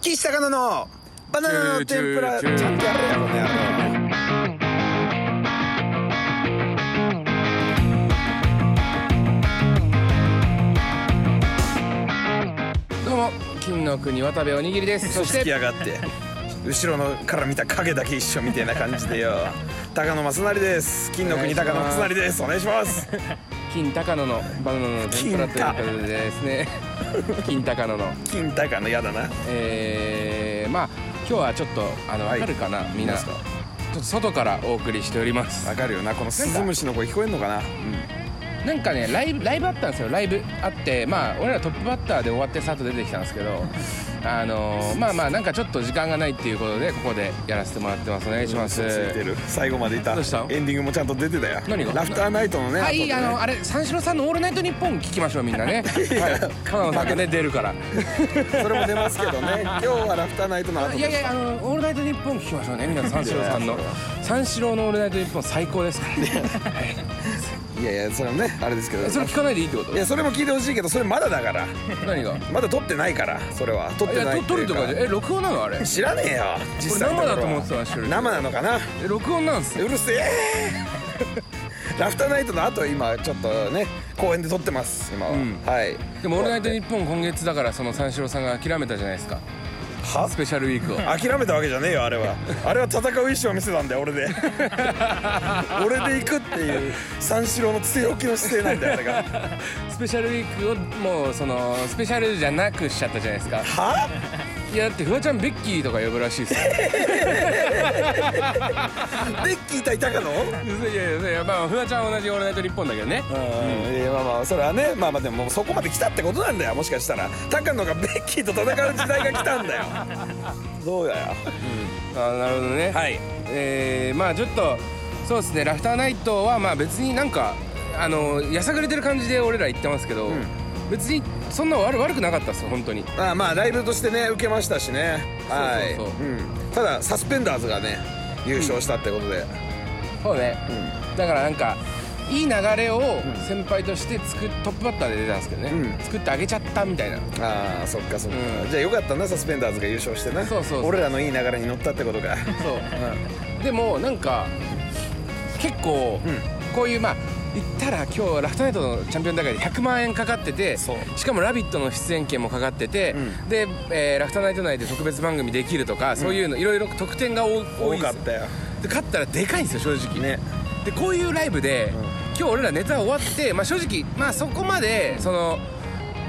岸高野のバナナの天ぷらちゃんとやれやこの野郎どうも金の国渡部おにぎ りですそ嘘しつきてやがって後ろのから見た影だけ一緒みたいな感じで よ高野正成です金の国高野正成ですお願いします金高野のバナナの天ぷらということでですね 金高野の金高野やだなえー、まあ今日はちょっとあのはい分かるかな、みんなどうちでょすかっと外からお送りしておりますわかるよなこのスズムシの声聞こえんのかなうなんかねライブライブあったんですよライブあってまあ俺らトップバッターで終わってさっと出てきたんですけ どあのーまあまあなんかちょっと時間がないっていうことでここでやらせてもらってますお願いしんます嘘ついてる最後までいたどうしたエンディングもちゃんと出てたよ何がラフターナイトのねはい、あの後あれ三四郎さんの「オールナイトニッポン」聞きましょうみんなねはい金野さんがね出 るからでねそれも出ます けどね今日はラフターナイトの後いやいやあの「オールナイトニッポン」聞きましょうねみ んな三四郎さんのいやいや三四郎の「オールナイトニッポン」最高で すからいやいやそれもねあれですけどそれ聞かないでいいってこといやそれも聞いてほしいけどそれまだだから何がまだ撮ってないからそれは撮っいてなやいと撮るとかじゃでえ録音なのあれ知らねえよ実際のところはこれ生だと思ってたわ知る生なのかなえ録音なんですうるせえ ラフターナイトの後今ちょっとね公園で撮ってます今は、んはいでも「オールナイトにニッポン」今月だからその三四郎さんが諦めたじゃないですかはスペシャルウィー クを諦めたわけじゃねえよあれ はあれは戦う意思を見せたんだよ俺で俺で行くっていう三四郎の強気の姿勢なんだよあれがスペシャルウィークをもうそのスペシャルじゃなくしちゃったじゃないですかはいやだってフワちゃんベッキーとか呼ぶらしいですよ ベッキー対高野いやいやいやまあフワちゃんは同じ「オールナイトニッポン」だけどねうん、いやまあまあそれはねまあまあでももうそこまで来たってことなんだよもしかしたら高野がベッキーと戦う時代が来たんだ よそうだよあーなるほどねはいえーまあちょっとそうですねラフターナイトはまあ別になんかあのやさぐれてる感じで俺ら言ってますけど、ん別にそんな悪悪くなかったっすよ本当にまあまあライブとしてね受けましたしねはいそうそうそうんただサスペンダーズがね優勝したってことで、そうね、だからなんかいい流れを先輩として作っトップバッターで出たんですけどね、うん作ってあげちゃったみたいなああそっかそっか、うんじゃあよかったなサスペンダーズが優勝してなそうそうそう俺らのいい流れに乗ったってことかそう、でもなんか結構、こういうまあ言ったら今日ラフトナイトのチャンピオン大会で100万円かかっててそうしかも「ラビット!」の出演権もかかってて、んで、えーラフトナイト内で特別番組できるとか、そういうのいろいろ得点が多多多いでかっすたよで勝ったらでかいんですよ正直ねでこういうライブで、今日俺らネタ終わって、まあ、正直、まあ、そこまでその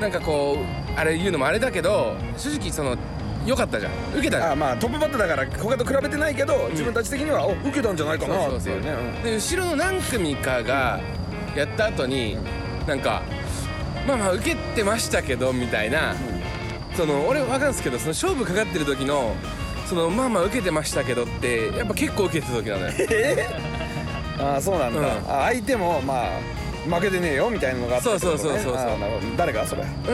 なんかこうあれ言うのもあれだけど正直その良かったじゃん受けたじゃんああまあトップバッターだから他と比べてないけど、自分たち的にはお受けたんじゃないかなっていうねうんで後ろの何組かがやった後に、なんかまあまあ受けてましたけどみたいな、その俺分かるんですけどその勝負かかってる時のそのまあまあ受けてましたけどってやっぱ結構受けてた時なのよ ああそうなんだ、うんあ相手もまあ負けてねえよみたいなのがあったってことねそうそうそうそうそうああなるほど誰がそれう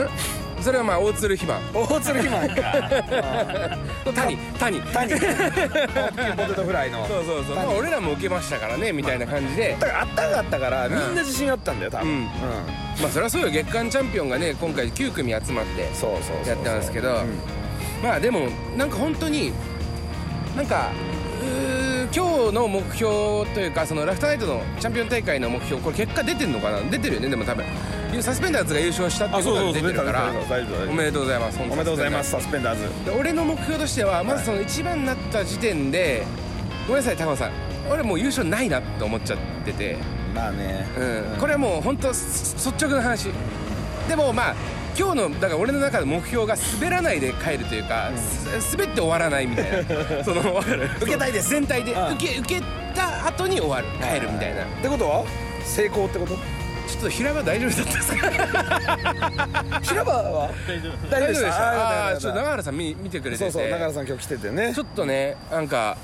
んそれはまあ大鶴ひま大鶴ひまんか谷谷谷ポテトフライのそうそうそう、ま谷あ、俺らも受けましたからねみたいな感じで、だからあったかかったからみんな自信あったんだよ多分、うんうんまあそりゃそうよ月間チャンピオンがね今回9組集まってそうそうそうそうやってますけどうんまあでもなんか本当になんかうー今日の目標というかそのラフターナイトのチャンピオン大会の目標これ結果出てんのかな出てるよねでも多分サスペンダーズが優勝したっていうことあそがうそ出うてそうるから出た出た出た大丈夫大丈夫おめでとうございますおおめでとうございますサスペンダーズで俺の目標としてはまずその一番になった時点でごめんなさい高野さん俺もう優勝ないなって思っちゃっててまあね、うんこれはもう本当す率直な話でもまあ今日のだから俺の中の目標が滑らないで帰るというか、す滑って終わらないみたい なその分かる受けたいです全体でうん受け受けた後に終わる帰るみたいなってことは成功ってことちょっと平場大丈夫だったですか平場は 大丈夫でしたああーーちょっと永原さん見見てくれてそうてそう永原さん今日来ててねちょっとねなんか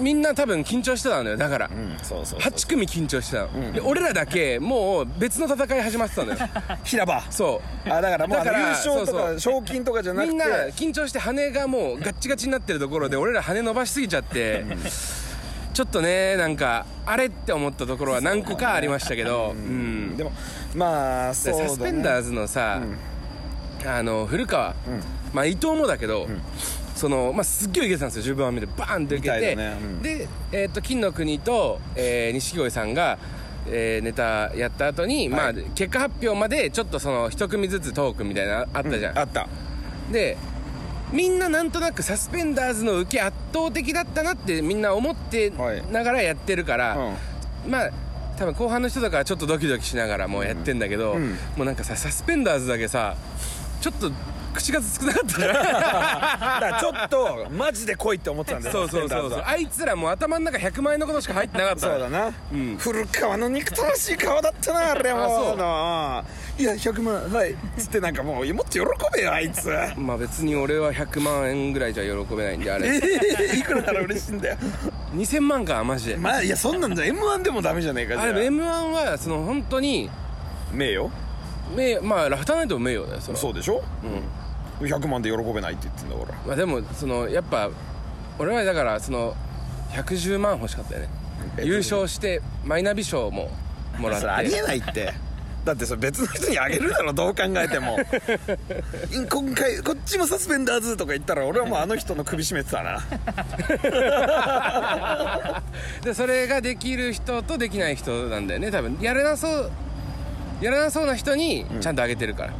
みんな多分緊張してたんだよだから、うんそうそうそう8組緊張してたの、で俺らだけもう別の戦い始まって たのよ平場そ うあだからもうあのだから優勝とそうそかう賞金とかじゃなくみてんな緊張して羽がもうガッチガチになってるところで俺ら羽伸ばしすぎちゃってちょっとねなんかあれって思ったところは何個かありましたけど、うんでもまあでそうだ、ね、サスペンダーズのさ、あの古川、まあ、伊藤もだけど、そのまあ、すっげえ受けてたんですよ10番目でバーンって受けみたて、いだねうんで、えー、と金の国と錦、えー、錦鯉さんが、えーネタやった後に、はいまあ結果発表までちょっとその一組ずつトークみたいなのあったじゃん、あったでみんななんとなくサスペンダーズの受け圧倒的だったなってみんな思ってはいながらやってるから、まあ多分後半の人とかはちょっとドキドキしながらもうやってんだけど、んもうなんかさサスペンダーズだけさちょっと口数少なかったじゃんだからちょっとマジで来いって思ってたんだよ そうそうそうそうあいつらもう頭の中100万円のことしか入ってなかったそうだな、うん古川の憎たらしい顔だったなあれもあそなうあいや100万はいっつってなんかもうもっと喜べよあいつ えまあ別に俺は100万円ぐらいじゃ喜べないんであれえいくらなら嬉しいんだよ2000万かマジでまあいやそんなんじゃ m 1でもダメじゃねえかじゃあれ m 1はその本当に名誉名まあラフターナイトも名誉だよそれはそうでしょうん100万で喜べないって言ってんだからまあでもそのやっぱ俺はだからその110万欲しかったよね別に優勝してマイナビ賞ももらっそてれありえないってだってそれ別の人にあげるだろどう考えて も今回こっちもサスペンダーズとか言ったら俺はもうあの人の首絞めてたなでそれができる人とできない人なんだよね多分やらなそうやらなそうな人にちゃんとあげてるか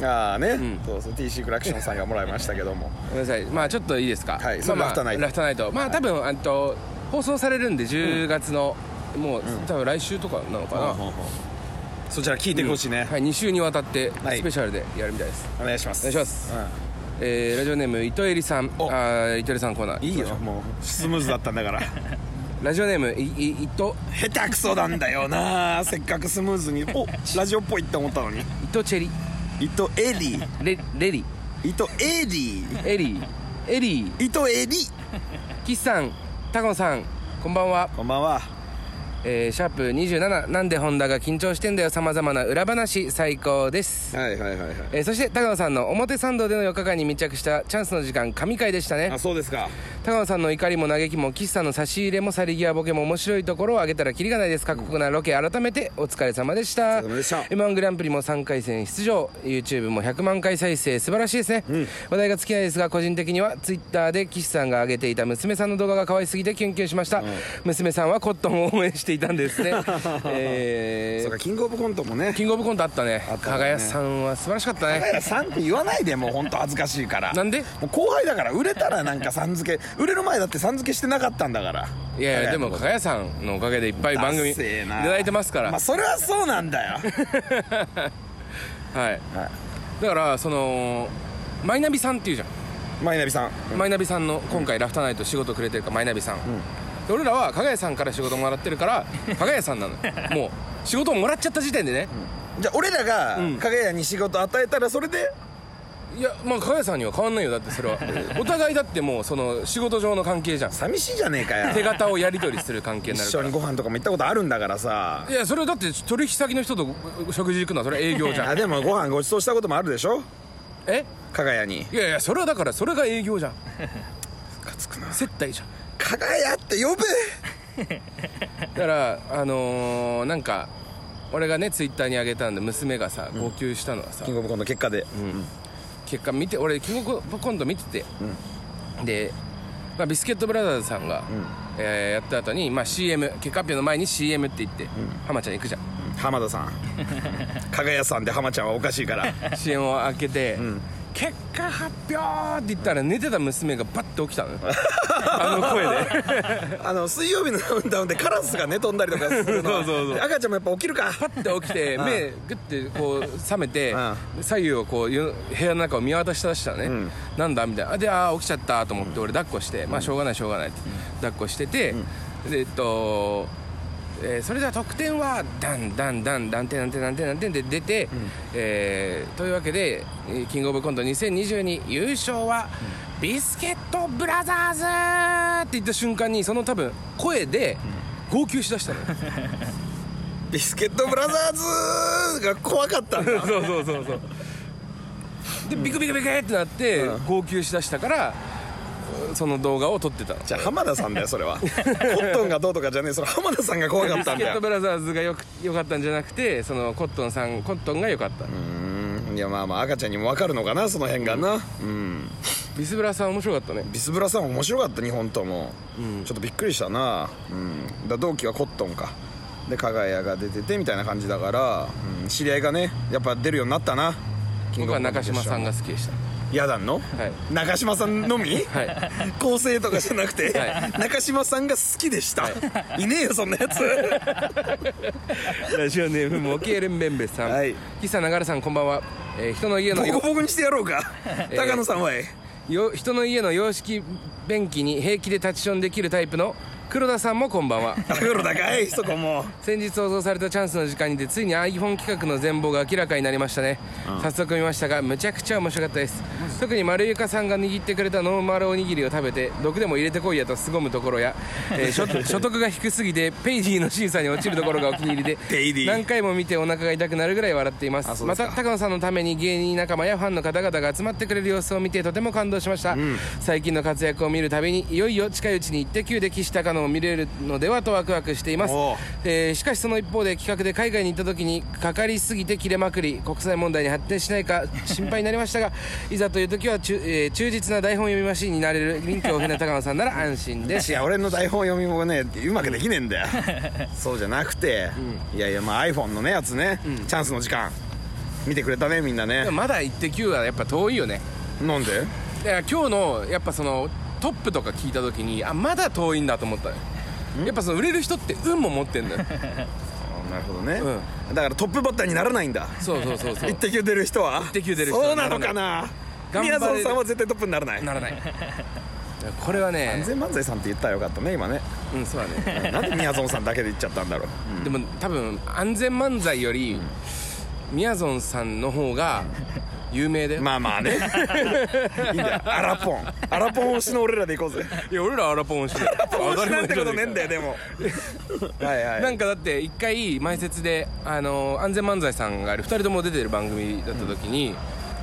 ら、ああね、んそうそう TC クラクションさんがもらいましたけどもごめんなさいまあちょっといいですかはいまあそれまあラフターナイトラフターナイトまあ多分あと放送されるんで10月の、もう多分来週とかなのかな、そちら聞いてほしいね、はい2週にわたってはいスペシャルでやるみたいです、お願いしますお願いしますうえーラジオネーム糸襟さんあおー糸襟さんコーナーんいいよもうスムーズだったんだ からラジオネームいい糸下手くそなんだよなせっかくスムーズにおラジオっぽいって思ったのに糸チェリ糸エリレレリ糸エリエリエリ糸エリ岸さんタコさんこんばんは、こんばんはえーシャープ27なんでホンダが緊張してんだよさまざまな裏話最高です、はいはいはいはいえーそして高野さんの表参道での4日間に密着したチャンスの時間神回でしたねあそうですか高野さんの怒りも嘆きも岸さんの差し入れも去り際ボケも面白いところを挙げたらキリがないです過酷なロケ改めてお疲れ様でしたお疲れ様でした m 1グランプリも3回戦出場 YouTube も100万回再生素晴らしいですね、話題が尽きないですが個人的には Twitter で岸さんが上げていた娘さんの動画が可愛すぎてキュンキュンしました、娘さんはコットンを応援していたんです ね、えそうーかキングオブコントもねキングオブコントあったねあったね加賀谷さんは素晴らしかったねさんって言わないでもう本当恥ずかしいからなんでもう後輩だから売れたらなんかさん付け売れる前だってさん付けしてなかったんだからいやいやでも加賀谷さんのおかげでいっぱい番組いダッたセーなだいてますからまあそれはそうなんだよはいはだからそのマイナビさんっていうじゃん、いマイナビさんマイナビさんの今回ラフターナイト仕事くれてるからマイナビさん、で俺らは加賀谷さんから仕事もらってるから加賀谷さ んなのよもう仕事をもらっちゃった時点でね、じゃあ俺らがん影谷に仕事与えたらそれでいやまあ加賀谷さんには変わんないよだってそれはお互いだって もうその仕事上の関係じゃん寂しいじゃねえか手よ形をやり取りする関係に一なるか緒にらご飯とかも行ったことあるんだからさいやそれだって取引先の人と食事行くのはそれは営業じゃあんでもご飯ごちそうしたこともあるでしょえ加賀谷にいやいやそれはだからそれが営業じゃんかつくな接待じゃん加賀谷って呼べだからあのー、なんか俺がねツイッターにあげたんで娘がさ号泣したのはさ、キングオブコント結果で結果見て俺キングオブコント見てて、で、まあ、ビスケットブラザーズさんが、えーやった後にまあ、CM 結果発表の前に CM って言って、浜ちゃん行くじゃん浜田さ ん加賀谷さんで浜ちゃんはおかしいから CM を開け て、結果発表って言ったら寝てた娘がバッて起きたの よあの声であの水曜日のダウンタウンでカラスがね飛んだりとかするの そうそうそうで赤ちゃんもやっぱ起きるかパッて起きてん目グッてこう覚めてう左右をこうよ部屋の中を見渡し出したらね、なんだみたいなあであー起きちゃったと思って俺抱っこして、まあしょうがないしょうがないって抱っこしてて、でえっと、えーそれでは得点はダンダンダンダンテなんてなんてなんてで出て、えーというわけでえーキングオブコント2022優勝は、ビスケットブラザーズって言った瞬間にその多分声で号泣しだしたのよビスケットブラザーズが怖かったん だそうそうそうそうでビクビクビクってなって、号泣しだしたからその動画を撮ってたのじゃあ浜田さんだよそれ はコットンがどうとかじゃねえそれ浜田さんが怖かっビた スんケだットよブラザーズがよくよかったんじゃなくてそのコットンさんコットンが良かったうーんいやまあまあ赤ちゃんにも分かるのかなその辺がなうんビスブラさん面白かったねビスブラさん面白かった2本とも、ちょっとびっくりしたな、うん、だ同期はコットンかで加賀谷が出ててみたいな感じだから、うん知り合いがねやっぱ出るようになったな僕は中島さんが好きでしたやだんの、い中島さんのみ、 はい構成とかじゃなくて、は中島さんが好きでした、い、ねえよそんなや つラジオネームモキエルンベンベさん、はい岸さん永原さんこんばんは、えー人の家のボコボコにしてやろうか、高野さんはえよ人の家の洋式便器に平気で立ちションできるタイプの黒田さんもこんばんはアフロだかいそこも先日放送されたチャンスの時間にてついに iPhone 企画の全貌が明らかになりましたね、早速見ましたがむちゃくちゃ面白かったです特に丸ゆかさんが握ってくれたノーマルおにぎりを食べて毒でも入れてこいやと凄むところや、え ー所所得が低すぎてペイディの審査に落ちるところがお気に入りでペ イディ何回も見てお腹が痛くなるぐらい笑っていますあそうでますかた高野さんのために芸人仲間やファンの方々が集まってくれる様子を見てとても感動しました、最近の活躍を見るたびにいよいよ近いうちに一滴で岸高野を見れるのではとワクワクしていますおう、えーしかしその一方で企画で海外に行った時にかかりすぎて切れまくり国際問題に発展しないか心配になりましたが いざという時は忠、えー忠実な台本読みマシーンになれる臨機応変な高野さんなら安心ですいや俺の台本読みもねうまくできねえん だよそうじゃなくて、いやいやまあ iPhone のねやつね、チャンスの時間見てくれたねみんなねでもまだ一滴はやっぱ遠いよねなんでだから今日のやっぱそのトップとか聞いた時にあまだ遠いんだと思ったのよやっぱその売れる人って運も持って んだよあなるほどね、だからトップバッターにならないんだそうそうそうそう一滴出る人は一滴出る人はそうなのかな頑張れるみやぞんさんは絶対トップにならないならないこれは安ね全漫才さんって言ったらよかったね今ねうんそうだねなんでみやぞんさんだけで言っちゃったんだろうでも多分安全漫才よりみやぞんさんの方が有名だよ、まあまあねいいんだよアラポンアラポン推しの俺らで行こうぜいや俺らアラポンしてるアラポン推しなんてことねえんだよでもはいはいなんかだって一回前説で、あのー安全漫才さんが2人とも出てる番組だった時に、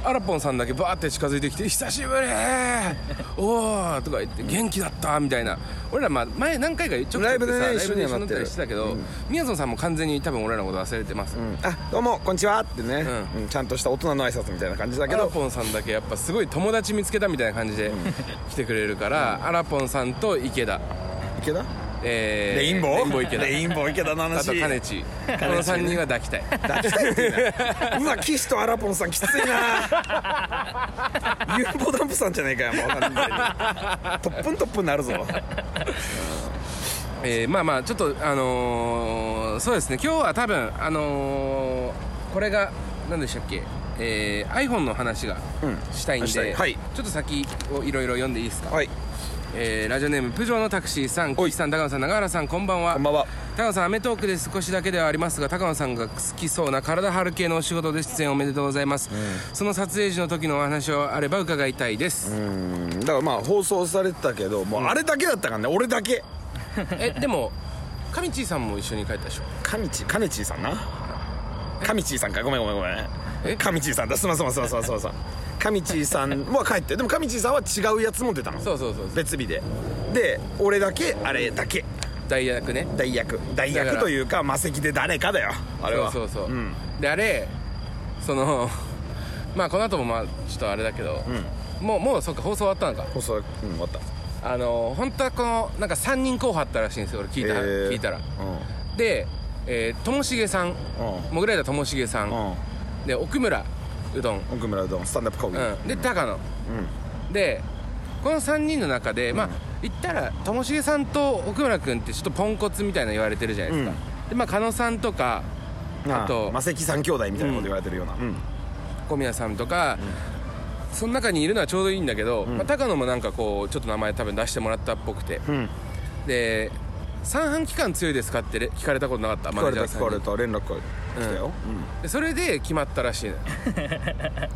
アラポンさんだけバーって近づいてきて「久しぶりーおお!」とか言って「元気だった」みたいな俺らまあ前何回かちょくちょくライブでねさ一緒にはライブで一緒になったりしてたけど、みやぞんさんも完全に多分俺らのこと忘れてます、うんあどうもこんにちはってね、ううんちゃんとした大人の挨拶みたいな感じだけアラどポンさんだけやっぱすごい友達見つけたみたいな感じで来てくれるから、アラポンさんと池田、池田えーレインボーレインボー池田レインボー池田のあ話とカネチこの3人は抱きたい抱きたいって いうなうわ岸とアラポンさんきついな UFO ダンプさんじゃねえかよもう完全にトップントップになるぞえーまあまあちょっとあのーそうですね今日は多分あのーこれが何でしたっけ、えー iPhone の話がうんしたいんしたで、いはいちょっと先をいろいろ読んでいいですか、はいえーラジオネームプジョーのタクシーさんお岸いさん高野さん永原さんこんばんはこんばんは高野さん『アメトーーク』で少しだけではありますが高野さんが好きそうな体張る系のお仕事で出演おめでとうございます、その撮影時の時のお話をあれば伺いたいです、うんだからまあ放送されてたけどもうあれだけだったからね俺だけえでも上地さんも一緒に帰ったでしょ上地金地さんな上地さんかごめんごめんごめえん上地さんだすまんすまんすまんすまんすまんすまん上地さんは帰ってでも上地さんは違うやつも出たのそうそうそうそう別日でで俺だけあれだけ大役ね代役代だか役らというか魔石で誰かだよあれはそうそうそう、んであれその まあこの後もまあちょっとあれだけど、もうもうそっか放送終わったのか放送うん終わったあの本当はこのなんか3人候補あったらしいんですよ俺聞いた、えー聞いたらうでえーともしげさんモグライダーともしげさん、んうんで奥村うどん、奥村うどんスタンダップコメディうん、で高野、でこの3人の中で、まあ言ったらともしげさんと奥村君ってちょっとポンコツみたいな言われてるじゃないですか、でまあ狩野さんとかあと魔石三兄弟みたいなこと言われてるようなうん小宮さんとか、その中にいるのはちょうどいいんだけど、まあ、高野もなんかこうちょっと名前多分出してもらったっぽくて、んで三半規管強いですかってれ聞かれたことなかったマ聞ネかーれジた聞ャーさんかにれた連絡が来たようんでそれで決まったらしいのよ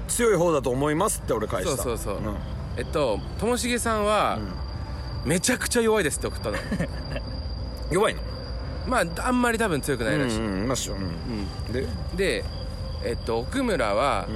強い方だと思いますって俺返しそうたそうそう、んえっとともしげさんは、めちゃくちゃ弱いですって送 ったの弱いのまああんまり多分強くないらしい、うんまあしょうんででえっと奥村は、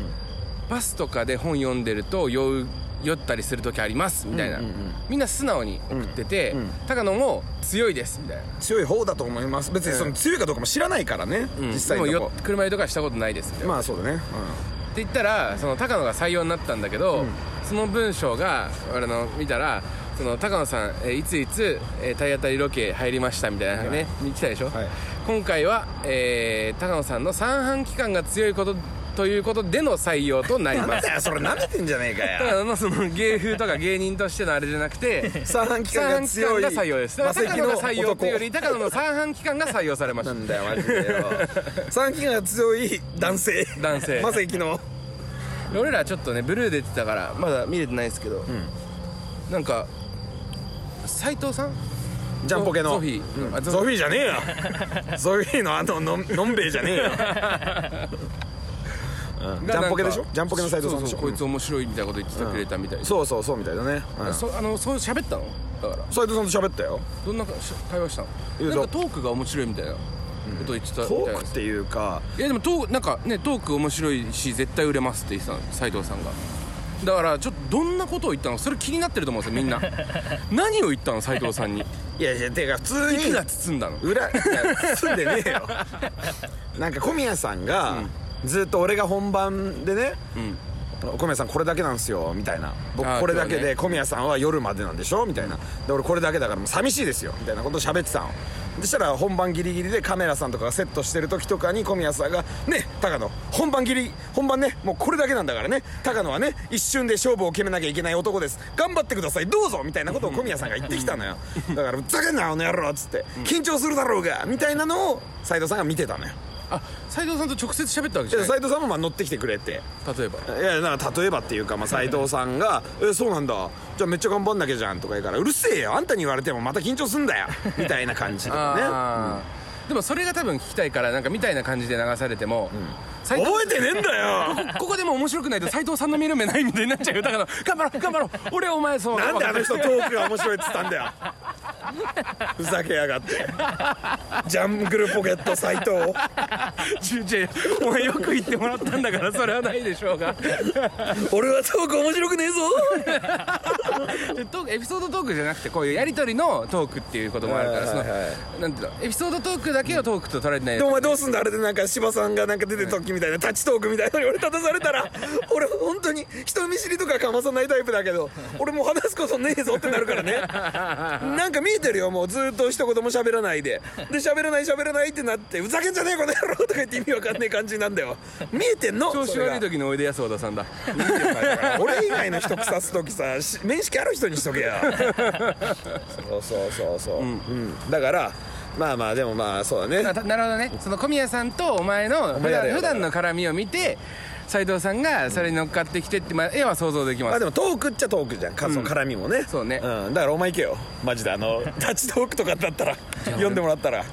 バスとかで本読んでると酔う酔ったりする時ありますみたいな、みんな素直に送ってて、高野も強いですみたいな強い方だと思います別にその強いかどうかも知らないからね実際でものとよこ車酔いとかしたことないですみたいな、まあそうだねって言ったらその高野が採用になったんだけど、その文章があの見たらその高野さん、えーいついつ、えー体当たりロケ入りましたみたいなね、に来たでしょ、はい今回は、えー高野さんの三半規管が強いことということでの採用となりなん ますだよそれ舐めてんじゃねえかだかよらのその芸風とか芸人としてのあれじゃなくて 三半規三管半が規管強いが採用ですだから高野が採用というより男高野の三半規管が採用されましなたんだよマジ でよ三半規管が強い男性男性マセキの俺らちょっとねブルー出てたからまだ見れてないですけど、なんか斎藤さんジャンポケのゾフィーうんあゾゾフフィーじゃねえよゾフィーのあののんのんべえじゃ ねえようんジがャンポケでしなょんかジャンポケの斎藤さんでしょそうそうこいつ面白いみたいなこと言ってくれたみたいうんで、そうそうそうみたいだねうんそあのそう喋ったのだから斎藤さんと喋ったよどんなかし会話したいのやなんかトークが面白いみたいなこと言ってたみトたーいなクっていうかいやでもトークなんかねトーク面白いし絶対売れますって言ってたの斉藤さんがだからちょっとどんなことを言ったのそれ気になってると思うんですよみんな 何を言ったの斉藤さんにいいやいやてか普通にくら包んだの裏いや住んでねえよなんか小宮さんが、ずっと俺が本番でね、小宮さんこれだけなんですよみたいな僕あーこれだけ今日ねで小宮さんは夜までなんでしょみたいなで俺これだけだからもう寂しいですよみたいなことを喋ってたのそしたら本番ギリギリでカメラさんとかがセットしてる時とかに小宮さんが「ね高野本番ギリ本番ねもうこれだけなんだからね高野はね一瞬で勝負を決めなきゃいけない男です頑張ってくださいどうぞ」みたいな ことを小宮さんが言ってきたのよだから「ふざけんなあの野郎」っつって「緊張するだろうが」みたいなのを斎藤さんが見てたのよあ斉藤さんと直接喋ったわけじでゃない斎藤さんもまあ乗ってきてくれて例えばいやなんか例えばっていうか、まあ、斉藤さんが「えそうなんだじゃあめっちゃ頑張んなきゃじゃん」とか言うから「うるせえよあんたに言われてもまた緊張すんだよ」みたいな感じとか あーでもそれが多分聞きたいからなんかみたいな感じで流されても、斉ね藤覚えてねえんだよここでも面白くないと斉藤さんの見る目ないみたいになっちゃうよだから頑張ろう頑張ろう俺お前そうなんであの人トークが面白いっつったんだよふざけやがってジャングルポケット斉 藤ちゅちゅお前よく言ってもらったんだからそれはないでしょうが俺はトーク面白くねえぞでトークエピソードトークじゃなくてこういうやり取りのトークっていうこともあるからそのはいはいはなんていうのエピソードトークだけをトークと捉えてないでお前どうすんだあれでなんか柴さんがなんか出てた時みたいなタッチトークみたいなのに俺立たされた ら俺本当に人見知りとかかまさないタイプだけ ど俺もう話すことねえぞってなるからねなんか見えてるよもうずっと一言も喋らないでで喋らない喋らないってなってふざけんじゃねえこの野郎とか言って意味わかんねえ感じなんだよ見えてんの調子それ悪がい時のおいでやす小田さんだ俺以外の人腐す時さし面識ある人にしとけよ そうそうそうそう、うんだからまあまあでもまあそうだねあたなるほどねその小宮さんとお前の普前やれ段よ普段の絡みを見て斉藤さんがそれに乗っかってきてって、まあ、絵は想像できままあすでもトークっちゃトークじゃん、かその絡みもねそうねん、だからお前行けよマジであ のタッチトークとかだったら読んでもらったら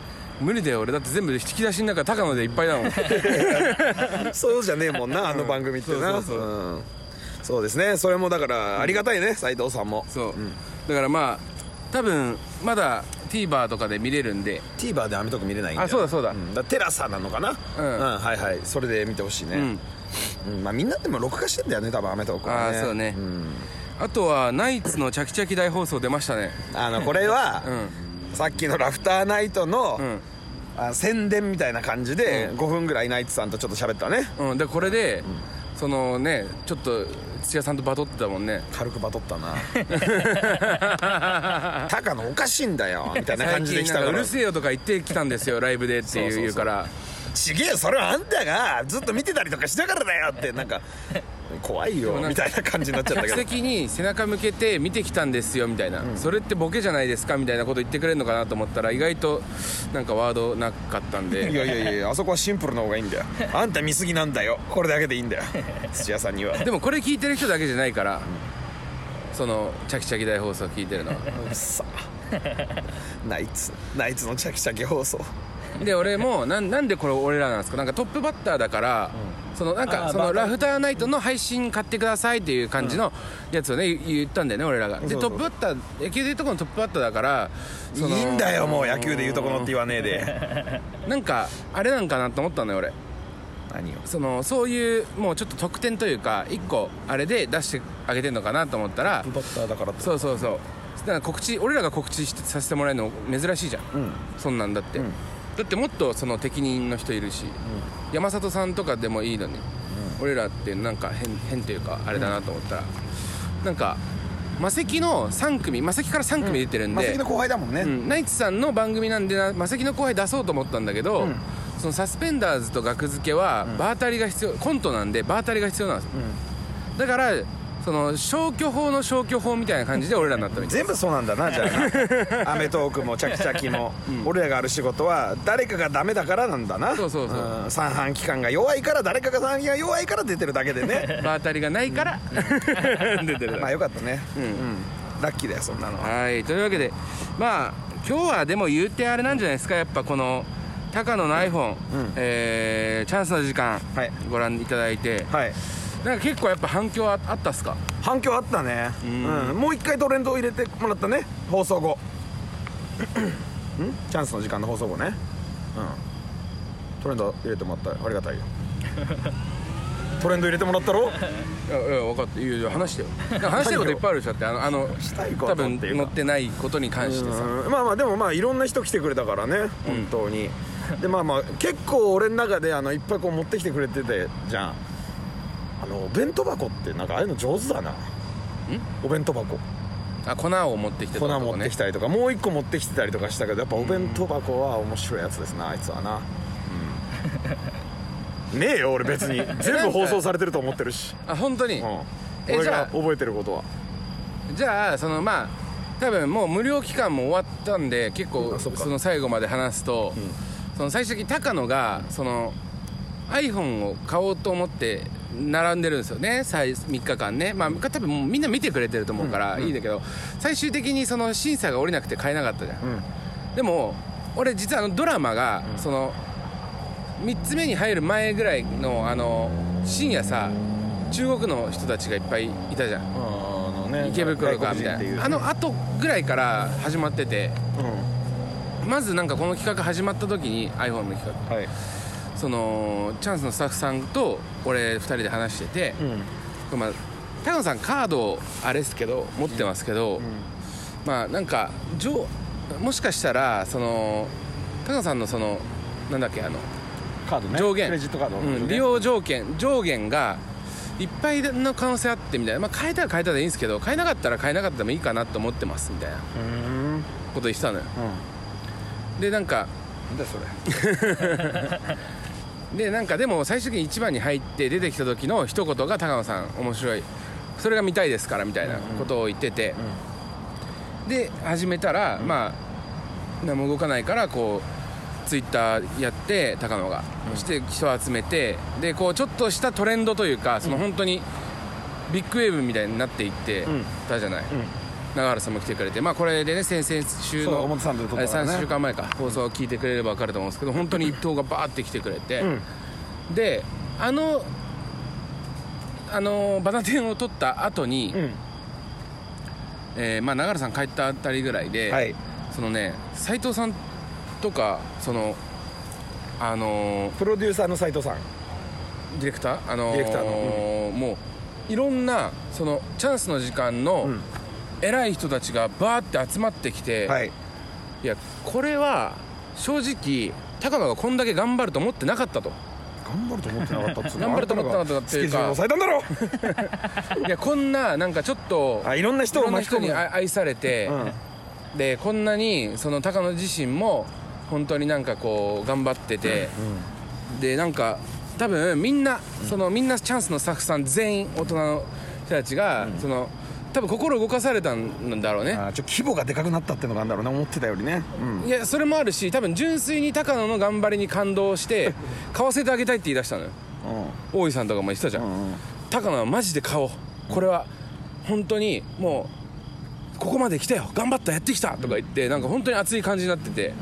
無理だよ俺だって全部引き出しの中高野でいっぱいだ もんそうじゃねえもんなあの番組ってなそうそうそうんそうですねそれもだからありがたいね斉藤さんもそう、だからまあ多分まだ TVer とかで見れるんで TVer でアメトーク見れないんだよあそうだそうだん、だからテラサなのかなうんはいはいそれで見てほしいね、うんまあみんなでも録画してんだよね多分アメトークあはあねそうね、あとはナイツのチャキチャキ大放送出ましたねあのこれ は、さっきのラフターナイトの、んあ宣伝みたいな感じでう5分ぐらいナイツさんとちょっと喋ったねうんでこれで、そのねちょっと土屋さんとバトってたもんね軽くバトった な高野おかしいんだよみたいな感じで来たか最近なんかうらるせえよとか言ってきたんですよライブでってそういうそうそう言うからちげえよそれはあんたがずっと見てたりとかしたからだよってなんか怖いよみた いな感じになっちゃった客けど席に背中向けて見てきたんですよみたいな、それってボケじゃないですかみたいなこと言ってくれるのかなと思ったら意外となんかワードなかったん いでやいやいやあそこはシンプルの方がいいんだよあんた見すぎなんだよこれだけでいいんだよ土屋さんには でもこれ聞いてる人だけじゃないから、そのチャキチャキ大放送聞いて るのはさナイツナイツのチャキチャキ放送で俺もなんなんでこれ俺らなんですかなんかトップバッターだから、そのなんあかーそバのーターラフターナイトの配信買ってくださいっていう感じのやつをね言言ったんだよね俺らがでそうそトッうプバッター野球でいうとこのトップバッターだからいそのいんだよもう野球で言うとこのって言わねえでなんかあれなんかなと思ったのよ俺何をそのそういうもうちょっと特典というか一個あれで出してあげてんのかなと思ったらバッターだからってそうそうそうだから告知俺らが告知してさせてもらえるの珍しいじゃん、んそんなんだって、だってもっとその適任の人いるし、山里さんとかでもいいのに、俺らってなんか変変というかあれだなと思ったら、なんかマセキの3組マセキから3組出てるんマセで、キの後輩だもんね、うんナイツさんの番組なんでなマセキの後輩出そうと思ったんだけど、んそのサスペンダーズと額付けは場当たりが必要、コントなんで場当たりが必要なんですよ、だからその消去法の消去法みたいな感じで俺らになったみたい全部そうなんだなじゃ あアメトークもチャキチャキも、俺らがある仕事は誰かがダメだからなんだなそうそうそうん三半規管が弱いから誰かが三半規管が弱いから出てるだけでね場当たりがないから、 出てるだけまあよかったねうん、ラッキーだよそんなのは はいというわけでまあ今日はでも言うてあれなんじゃないですかやっぱこの高野の iPhone、えーチャンスの時間、はいご覧いただいてはいなんか結構やっぱ反響ああったっすか反響あったねうん、もう一回トレンドを入れてもらったね放送 後んチャンスの時間の放送後ねうんトレンド入れてもらったありが たいよトレンド入れてもらったろいやいや分かっていやいや話 してよなんか話したいこといっぱいあるでしょだってあのあのしたいこと多っていう分か載ってないことに関してさうんまあまあでもまあいろんな人来てくれたからね本当に、でまあまあ結構俺の中であのいっぱいこう持ってきてくれててじゃんあのお弁当箱ってなんかああいうの上手だなお弁当箱あ粉を持ってきて粉たと持こってねきたりとかもう一個持ってきてたりとかしたけどやっぱお弁当箱は面白いやつですなあいつはな、うん、ねえよ俺別 に全部放送されてると思ってるし、あ本当に、うん、え俺じゃがあ覚えてることはじゃあそのまあ多分もう無料期間も終わったんで結構あそそっかの最後まで話すと、その最終的に高野がその iPhone を買おうと思って並んでるんですよね最3日間ねまあ多分もうみんな見てくれてると思うからいいんだけど、最終的にその審査が下りなくて買えなかったじゃん、でも俺実はあのドラマが、その3つ目に入る前ぐらいのあの深夜さ中国の人たちがいっぱいいたじゃんあのね池袋かみたいなあの後ぐらいから始まっててまずなんかこの企画始まった時に iPhone の企画はいそのチャンスのスタッフさんと俺2人で話してて、んまあ高野さんカードあれですけど持ってますけど、まあなんか上もしかしたらその高野さんのそのなんだっけあのカードね上限クレジットカード、うん、利用条件上限がいっぱいの可能性あってみたいな、まあ、変えたら変えたでいいんですけど変えなかったら変えなかったでもいいかなと思ってますみたいなうんこと言ってたのよでなんかなんだそれでなんかでも最終的に1番に入って出てきた時の一言が高野さん面白いそれが見たいですからみたいなことを言ってて、で始めたら、まあ何も動かないからこうツイッターやって高野が、そして人を集めてでこうちょっとしたトレンドというかその本当にビッグウェーブみたいになっていってんたじゃない、永原さんも来てくれてまあこれでね先々週そうの表参道で撮ったからね3週間前か放送を聞いてくれれば分かると思うんですけど本当に一等がバーって来てくれて、であのあのバナテンを取った後に、んえーまあ永原さん帰ったあたりぐらいで、はいそのね斎藤さんとかそのあのプロデューサーの斎藤さんディレクターあのディレクターもういろんなそのチャンスの時間の、ん偉い人たちがバーって集まってきて、はいいやこれは正直高野がこんだけ頑張ると思ってなかったと頑張ると思ってなかったっつうの頑張ると思ってなかったっていうかあんたらがスケジュール抑えたんだろいやこんななんかちょっとあいろんな人いをろんな巻き人込むにあ愛されて、でこんなにその高野自身も本当になんかこう頑張ってて、でなんか多分みんなそのみんなチャンスのスタッフさん全員大人の人たちが、その多分心動かされたんだろうねあーちょ規模がでかくなったってのがあるんだろうね思ってたよりねうんいやそれもあるし多分純粋に高野の頑張りに感動して買わせてあげたいって言い出したのよ大井さんとかも言ってたじゃん、うんうん高野はマジで買おうこれは本当にもうここまで来たよ頑張ったやってきたとか言ってなんか本当に熱い感じになってて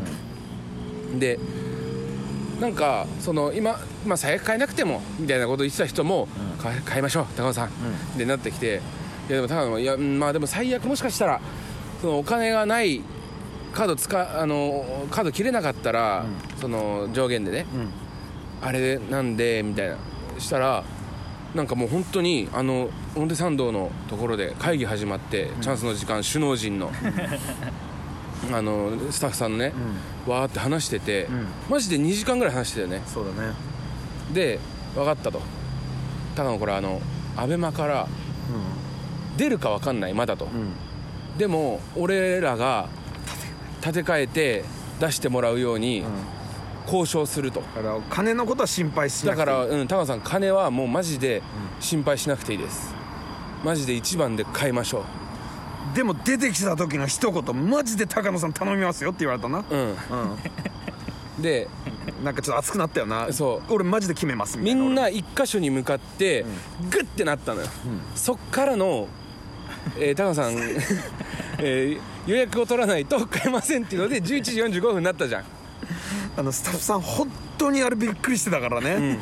でなんかその今、まあ、最悪買えなくてもみたいなこと言ってた人も買え買いましょう高野さんってなってきていやでも高野もいやうんまあでも最悪もしかしたらそのお金がないカード使あのカード切れなかったら、その上限でね、あれなんでみたいなしたらなんかもう本当にあの表参道のところで会議始まって、チャンスの時間首脳陣 のあのスタッフさんのね、わーって話してて、マジで2時間ぐらい話してたよねそうだねで分かったと高野これあのアベマから出るか分かんないまだと、でも俺らが立て替えて出してもらうように交渉すると、だから金のことは心配しなだくてかいいら、うん、高野さん金はもうマジで心配しなくていいですマジで一番で買いましょでも出てきた時の一言マジで高野さん頼みますよって言われたなううん、でなんかちょっと熱くなったよなそう俺マジで決めますみたみいなんな一箇所に向かってグッてなったのよ、そっからの、えー、高野さん、 えー予約を取らないと買えませんっていうので11時45分になったじゃんあのスタッフさん本当にあれびっくりしてたからね、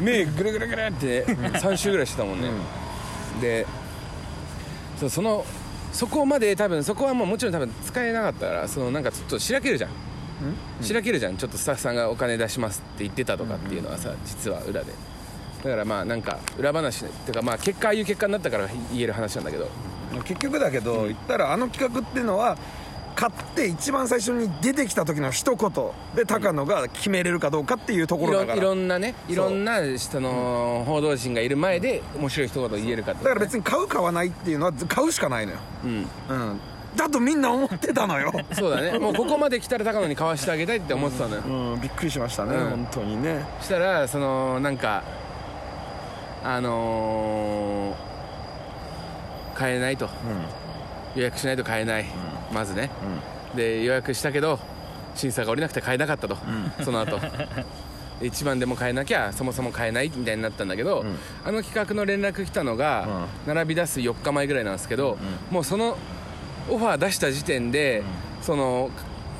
目ぐるぐるぐるって3周ぐらいしてたもんね、でそうそのそこまで多分そこはもうもちろん多分使えなかったからそのなんかちょっとしらけるじゃんしらけるじゃんちょっとスタッフさんがお金出しますって言ってたとかっていうのはさ実は裏でだからまあなんか裏話っていうかまあ結果ああいう結果になったから言える話なんだけど結局だけど、言ったらあの企画っていうのは買って一番最初に出てきた時の一言で高野が決めれるかどうかっていうとこいろろだからいろんなねいろんなその報道陣がいる前で面白い一言言えるかってだから別に買う買わないっていうのは買うしかないのよ、うんうん、だとみんな思ってた のよ、そうだねもうここまで来たら高野に買わしてあげたいって思ってたのようん、びっくりしましたね、うん本当にねしたらそのなんかあのー買えないと、予約しないと買えない、まずね、で予約したけど審査が下りなくて買えなかったと、その 後で一番でも買えなきゃそもそも買えないみたいになったんだけど、あの企画の連絡来たのが、並び出す4日前ぐらいなんですけど、もうそのオファー出した時点で、その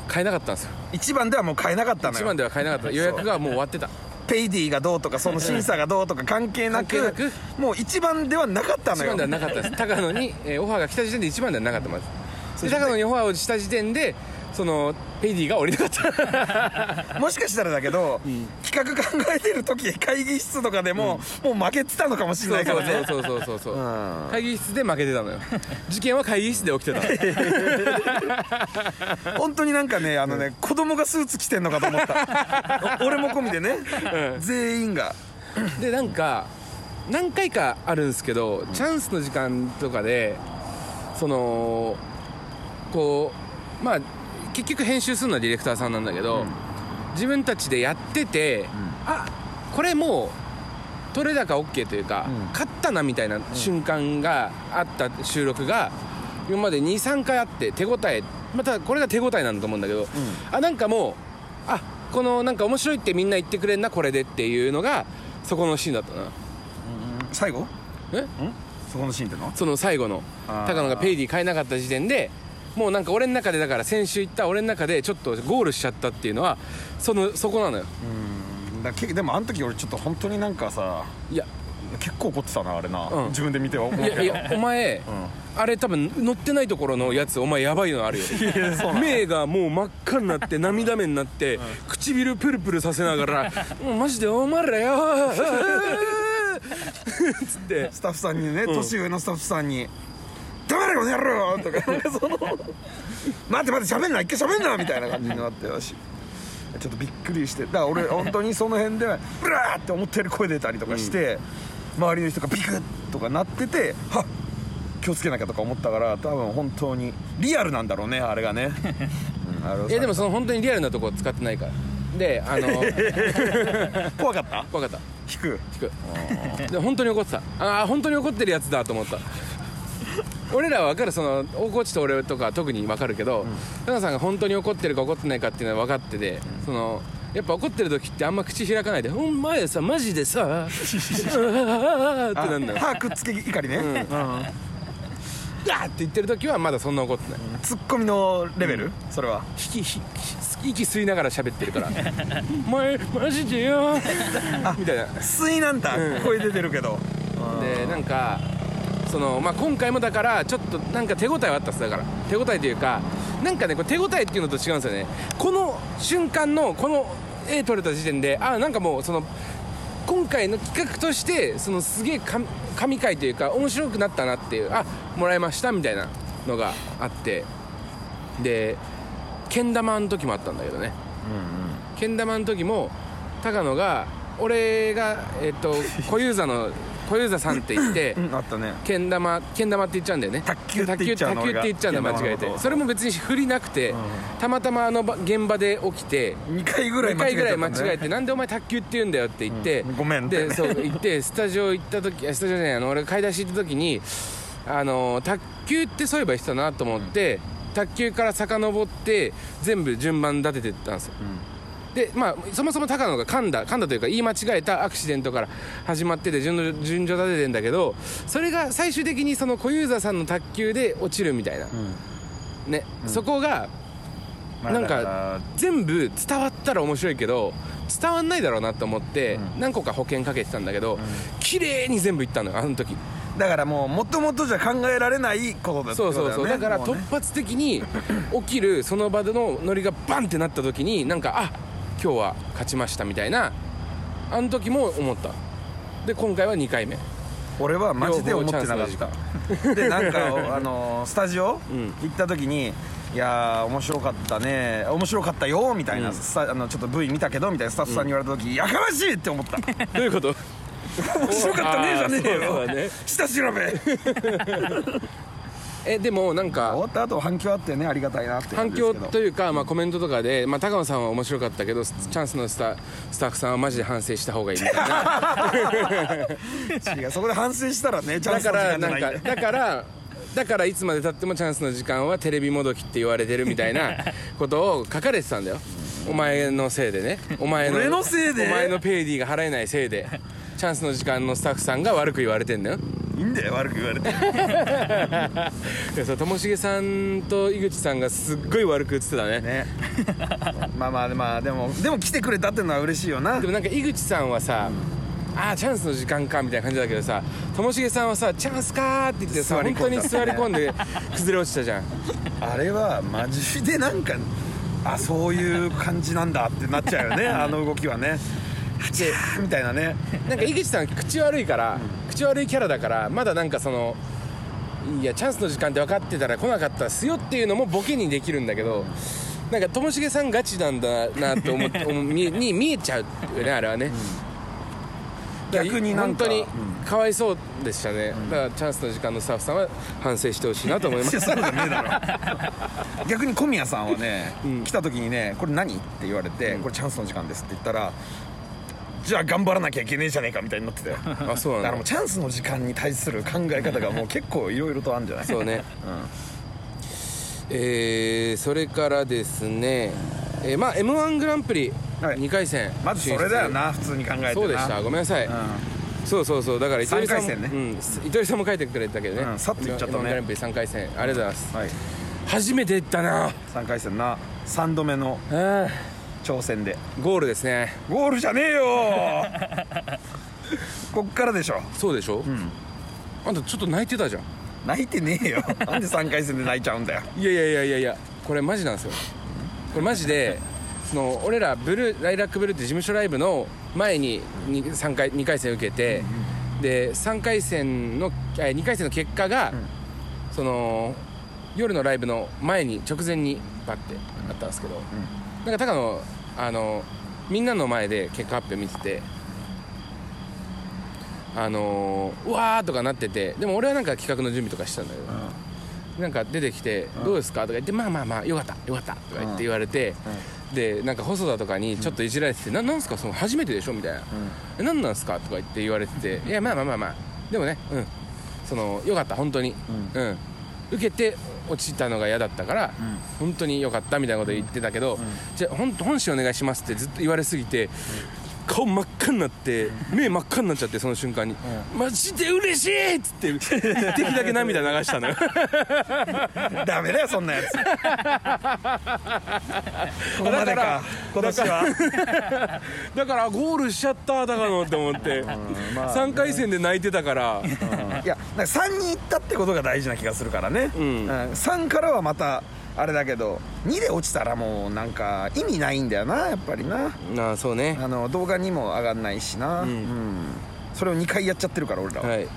買えなかったんですよ一番ではもう買えなかったの一よ番では買えな かった予約がもう終わってたペイディがどうとかその審査がどうとか関係なく関係なもう一番ではなかったの一よ番ではなかったです高野に、えーオファーが来た時点で一番ではなかったまずそしでて高野にオファーをした時点でそのペイディが降りなかったもしかしたらだけど、企画考えてる時会議室とかでも、もう負けてたのかもしれそなういからねそうそうそうそうそう、ん会議室で負けてたのよ事件は会議室で起きてた本当になんかねあのね、子供がスーツ着てんのかと思ったお俺も込みでね、全員がでなんか何回かあるんですけど、チャンスの時間とかでそのこうまあ結局編集するのはディレクターさんなんだけど、自分たちでやってて、あこれもう取れ高 OK というか、勝ったなみたいな瞬間があった収録が今まで23回あって手応えまたこれが手応えなんだと思うんだけど、あなんかもうあこのなんか面白いってみんな言ってくれんなこれでっていうのがそこのシーンだったな最後んえそこのシーンってのその最後のあー高野がペイディ買えなかった時点でもうなんか俺の中でだから先週言った俺の中でちょっとゴールしちゃったっていうのはそのそこなのよだけでもあの時俺ちょっと本当になんかさいや結構怒ってたなあれな、うん自分で見ては思ういけどやいやお前、あれ多分乗ってないところのやつお前やばいのあ るよいやそうなの目がもう真っ赤になって涙目になって、唇プルプルさせなが ら「もうマジでお前らよー」つってスタッフさんにね、年上のスタッフさんに「ダメだよこの野郎!」とかなんかその「待って待って喋んな一回喋んな!」みたいな感じになってたしちょっとびっくりしてだから俺本当にその辺で「ブラー!」って思ったより声出たりとかして、周りの人がビクッとかなってて「はっ気をつけなきゃ」とか思ったから多分本当にリアルなんだろうねあれがね、うん、あれを いさやでもその本当にリアルなとこ使ってないからであ の怖かった分かった引く聞くで本当に怒ってたああ本当に怒ってるやつだと思った俺らは分かるその大河内と俺とか特に分かるけどタナさんが本当に怒ってるか怒ってないかっていうのは分かっててそのやっぱ怒ってる時ってあんま口開かないで「お前さマジでさ あー」ってなんだよ「歯くっつけ怒りね、ガー!」って言ってる時はまだそんな怒ってないツッコミのレベル、それは息息息吸いながら喋ってる から「お前マジでよ」みたいな吸いなんだ、声出てるけどでなんかその、まあ、今回もだからちょっとなんか手応えはあったっすだから手応えというかなんかねこれ手応えっていうのと違うんですよねこの瞬間のこの絵撮れた時点であなんかもうその今回の企画としてそのすげえ神神回というか面白くなったなっていうあもらいましたみたいなのがあってでけん玉の時もあったんだけどねけん玉の時も高野が俺がえっと小遊三の小遊三さんって言って うんあったねけん玉けん玉って言っちゃうんだよね卓球って言っちゃうの卓球卓球って言っちゃうんだ俺が間違えけん玉のことてそれも別に振りなくて、たまたまあの場現場で起きて2回ぐらい2間違回えちぐらゃいった間ん違だねえてなんでお前卓球って言うんだよって言って、うんごめんってねでそう行ってスタジオ行った時あスタジオじゃないあの俺買い出し行った時にあの卓球ってそういえば言ってたなと思って、卓球から遡って全部順番立ててったんですよ、でまあ、そもそも高野が噛んだ噛んだというか言い間違えたアクシデントから始まってて順順序立ててんだけどそれが最終的にその小遊三さんの卓球で落ちるみたいな、ねそこがまあなんだらか全部伝わったら面白いけど伝わんないだろうなと思って何個か保険かけてたんだけど綺麗に全部いったのよあの時だからもうもともとじゃ考えられないことだってそこうとそうだそようねだからもう突ね発的 に起きるその場でのノリがバンってなった時になんかあ今日は勝ちましたみたいなあの時も思ったで今回は2回目 俺はマジで思ってなか両方チャったでなんかあのスタジオ行った時にいやー面白かったね面白かったよみたいな、スタあのちょっと V 見たけどみたいなスタッフさんに言われた時、やかましいって思 った面どういうこと白かったねじゃねえあーそよ、うだね下調べ終えでもなんかわった後反響あってねありがたいなって感反じです響けどというか、まあ、コメントとかで、まあ、高野さんは面白かったけどスチャンスのスタスタッフさんはマジで反省した方がいいみたいな違うそこで反省したらねチャンだスの時から間じなゃないんんだかよだからだからいつまでたってもチャンスの時間はテレビもどきって言われてるみた いなことを書かれてたんだよお前のせいでねお前の俺のせいでお前のペイディが払えないせいでチャンスの時間のスタッフさんが悪く言われてんだよいいんだよ悪く言われていやそうともしげさんと井口さんがすっごい悪く言ってたねね まあまあまあでもでも来てくれたってのは嬉しいよなでもなんか井口さんはさ、ああチャンスの時間かみたいな感じだけどさともしげさんはさチャンスかーって言ってさ座り込本んだ当に座り込んで崩れ落ちたじゃんあれはマジでなんかあそういう感じなんだってなっちゃうよ ねあの動きはねでみたいなねなんか井口さん口悪いから、口悪いキャラだからまだなんかそのいやチャンスの時間って分かってたら来なかったっすよっていうのもボケにできるんだけどなんかともしげさんガチなんだなと思って 思う見えに見えちゃうよねあれはね、だら逆になんか本当にかわいそうでしたね、だからチャンスの時間のスタッフさんは反省してほしいなと思いまい すやそうじゃねえだろ 逆に小宮さんはね、来た時にね「これ何?」って言われて、これチャンスの時間です」って言ったらじゃあ頑張らなきゃいけねえじゃねえかみたいになってたよだか あそうならんもうだチャンスの時間に対する考え方がもう結構いろいろとあるんじゃないそうね、えーそれからですね、えーまあ m 1グランプリはい2回戦、まずそれだよな普通に考えてなそうでしたごめんなさい、そうそうそうだから糸井さんも、三回戦ねうん、糸井さんも書いてくれたけどね、うんさっと言っちゃったね M1 グランプリ3回戦ありがとうございますうんはい、初めて行ったな3回戦な3度目のあ挑戦でーゴールですねゴールじゃねえよ こっからでしょそうでしょ、あんたちょっと泣いてたじゃん泣いてねえよなんで3回戦で泣いちゃうんだよいやいやいやいやいやこれマジなんですよこれマジでその俺らブルーライラックブルーって事務所ライブの前にに3回2回戦受けて、で3回戦の2回戦の結果が、その夜のライブの前に直前にバッてあったんですけど、なんか高野あのみんなの前で結果発表見ててあのーうわーとかなっててでも俺はなんか企画の準備とかしてたんだけど、なんか出てきて「どうですか?」とか言って「まあまあまあよかったよかった」とか言って言われて、でなんか細田とかにちょっといじられてて「ななんすかその初めてでしょ?」みたいな「えなんなんすか?」とか言って言われてて「いやまあまあまあまあでもねうんそのよかった本当にうん、受けて落ちたのが嫌だったから、本当によかったみたいなこと言ってたけど、じゃあ本本誌お願いしますってずっと言われすぎて、顔真っ赤になって目真っ赤になっちゃってその瞬間に「マジで嬉しい!」っつ って一滴だけ涙流したのよダ メだよそんなやつここまでだからか今年はだからゴールしちゃった高野って思 って、まあね3回戦で泣いてた からいやなんか3に行ったってことが大事な気がするからね、うん3からはまたあれだけど2で落ちたらもうなんか意味ないんだよなやっぱりななあそうねあの動画にも上がんないしな、うんそれを2回やっちゃってるから俺らはははいだか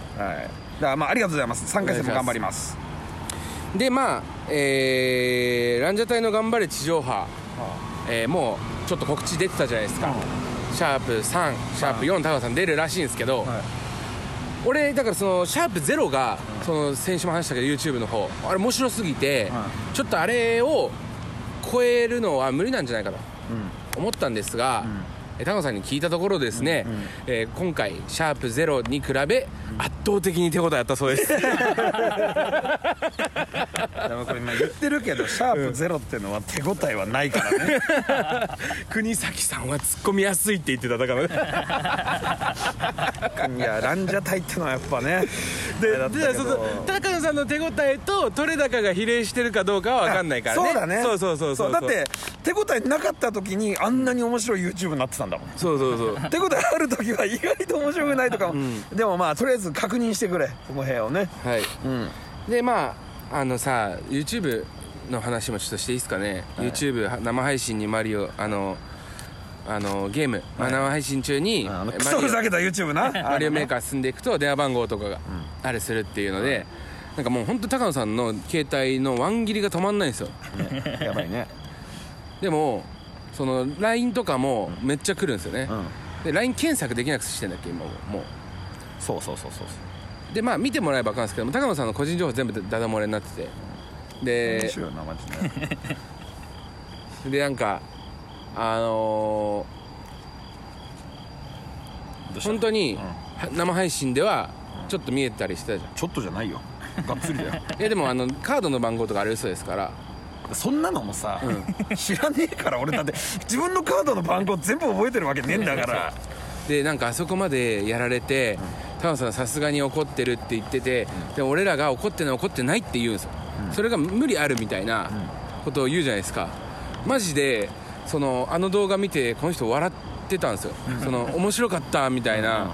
らまあありがとうございます3回戦も頑張りますでまあえーランジャタイの頑張れ地上波、えーもうちょっと告知出てたじゃないですか、シャープ3シャープ4高野さん出るらしいんですけど、はい俺だからそのシャープ0が、その先週も話したけど YouTube の方あれ面白すぎて、はちょっとあれを超えるのは無理なんじゃないかとうん思ったんですが、え高野さんに聞いたところですね、えー今回シャープ0に比べ圧倒的に手応えあったそうですで もこれ今言ってるけ どシャープゼロってのは手応えはないからね国崎さんは突っ込みやすいって言ってただからいやランジャタイってのはやっぱねであれだったけでそどうそう高野さんの手応えと取れ高が比例してるかどうかは分かんないからそねうだねそうそうそうそうだって手応えなかった時にあんなに面白い YouTube になってたん だもんそうそう そう手応えある時は意外と面白くないとかも、でもまあとりあえず確認してくれこの部屋をねはいうんでまああのさ YouTube の話もちょっとしていいですかね、YouTube は生配信にマリオあのあのゲーム、まあ生配信中にあのマクリソオふざけた YouTube なマリオメーカー進んでいくと電話番号とかがあれするっていうので、なんかもう本当高野さんの携帯のワン切りが止まんないんですよねやばいねでもその LINE とかもめっちゃ来るんですよね、うんで LINE 検索できなくしてんだっけ今ももそうそうそうそうそううでまあ見てもらえば分かるんですけども高野さんの個人情報全部ダダ漏れになってて面で白いなマジ ででなんかあのどうーした本当にんは生配信ではちょっと見えたりしてたじゃんちょっとじゃないよがっつりだ よいやでもあのカードの番号とかあれ嘘ですからそんなのもさ、知らねえから俺だって自分のカードの番号全部覚えてるわけねえんだからでなんかあそこまでやられてタモさんさすがに怒ってるって言っててで俺らが怒ってない怒ってないって言うんですよそれが無理あるみたいなことを言うじゃないですかマジでそのあの動画見てこの人笑ってたんですよその面白かったみたいな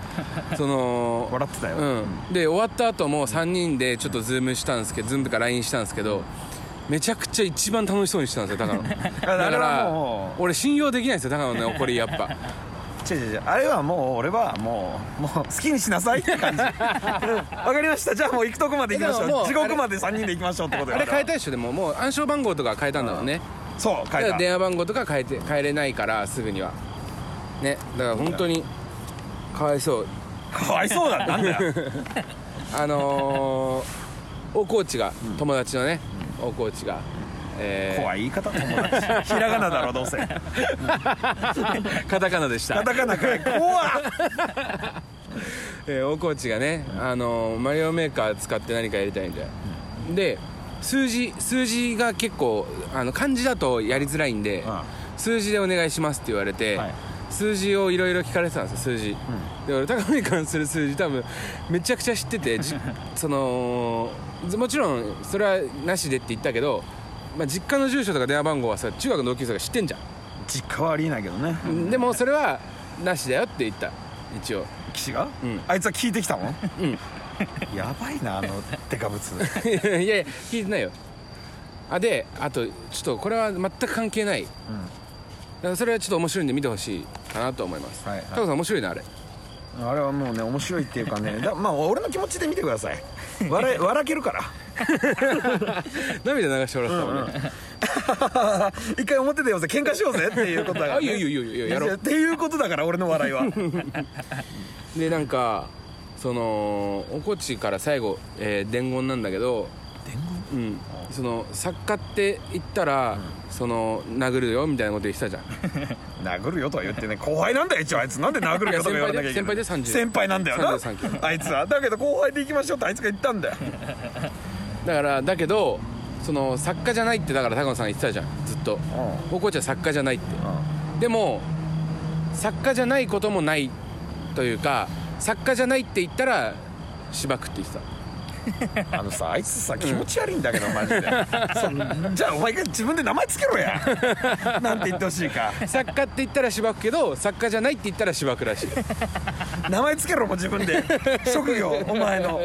その笑ってたようん、で終わった後も3人でちょっとズームしたんですけどズームとか LINE したんですけどめちゃくちゃ一番楽しそうにしてたんですよ高 野だあれかはらも俺信用できないんですよ高野の怒りやっぱ違う違う違うあれはもう俺はもうもう好きにしなさいって 感じうんわかりましたじゃあもう行くとこまで行きましでょももうう地獄まで3人で行きましょうってことよあれ変えたたい人でももう暗証番号とか変えたんだろうねそう変だかえらた電話番号とか変えて変えれないからすぐにはねだから本当にかわいそうかわいそうだなんだよあのー、 大河内が友達のね大河内が、えー怖い言い方友達ひらがなだろ どうせカカタカナでしたタカナかい怖っえー大河内がね、あのーマリオメーカー使って何かやりたいんで、で数字数字が結構あの漢字だとやりづらいんで、あ数字でお願いしますって言われて、はい数字をいろいろ聞かれてたんですよ数字、で俺高野に関する数字多分めちゃくちゃ知ってて じそのずもちろんそれはなしでって言ったけど、まあ、実家の住所とか電話番号はさ中学の同級生が知ってんじゃん実家はありえないけどねでもそれはなしだよって言った一 応岸が、んあいつは聞いてきたもんん やばいなあのデカブツいやいや聞いてないよあであとちょっとこれは全く関係ない、だからそれはちょっと面白いんで見てほしいかなと思います、はいはいタコさん面白いなあれ あれはもうね面白いっていうかねだまあ俺の気持ちで見てください 笑え笑けるから涙流してもらってたもんね、一回表でようぜ喧嘩しようぜって いうことだから、あいいよいいよいいよいいよやろうっていうことだから俺の笑いはでなんかそのおこちから最後、えー伝言なんだけどうん、その作家って言ったら、その殴るよみたいなこと言ってたじゃん 殴るよとは言ってね後輩なんだよ一応あいつなんで殴るよとか言わなきゃいけないいや先輩で先輩で30先輩なんだよな33キロあいつはだけど後輩で行きましょうってあいつが言ったんだよだからだけどその作家じゃないってだから高野さん言ってたじゃんずっとおこちは作家じゃないってでも作家じゃないこともないというか作家じゃないって言ったらしばくって言って あのさあいつさ気持ち悪いんだけど、マジでそうじゃあお前が自分で名前つけろやなんて言ってほしいかた作家って言ったらしばくけど作家じゃないって言ったらしばくらしい名前つけろもう自分で職業お前の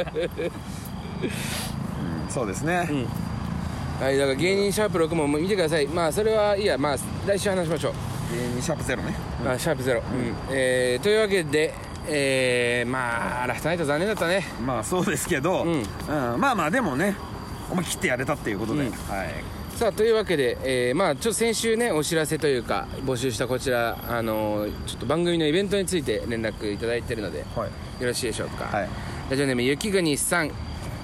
そうですね、はいだから芸人シャープ6も見てくださいまあそれはいいやまあ来週話しましょう、芸人シャープゼロねまあシャープ0、うんえーというわけでえー、まあラフトナイト残念だったねまあそうですけど、んうんまあまあでもね思い切ってやれたっていうことで、はいさあというわけで、えーまあちょっと先週ねお知らせというか募集したこちらあのーちょっと番組のイベントについて連絡いただいてるので、はいよろしいでしょうか、はいラジオネーム雪国さん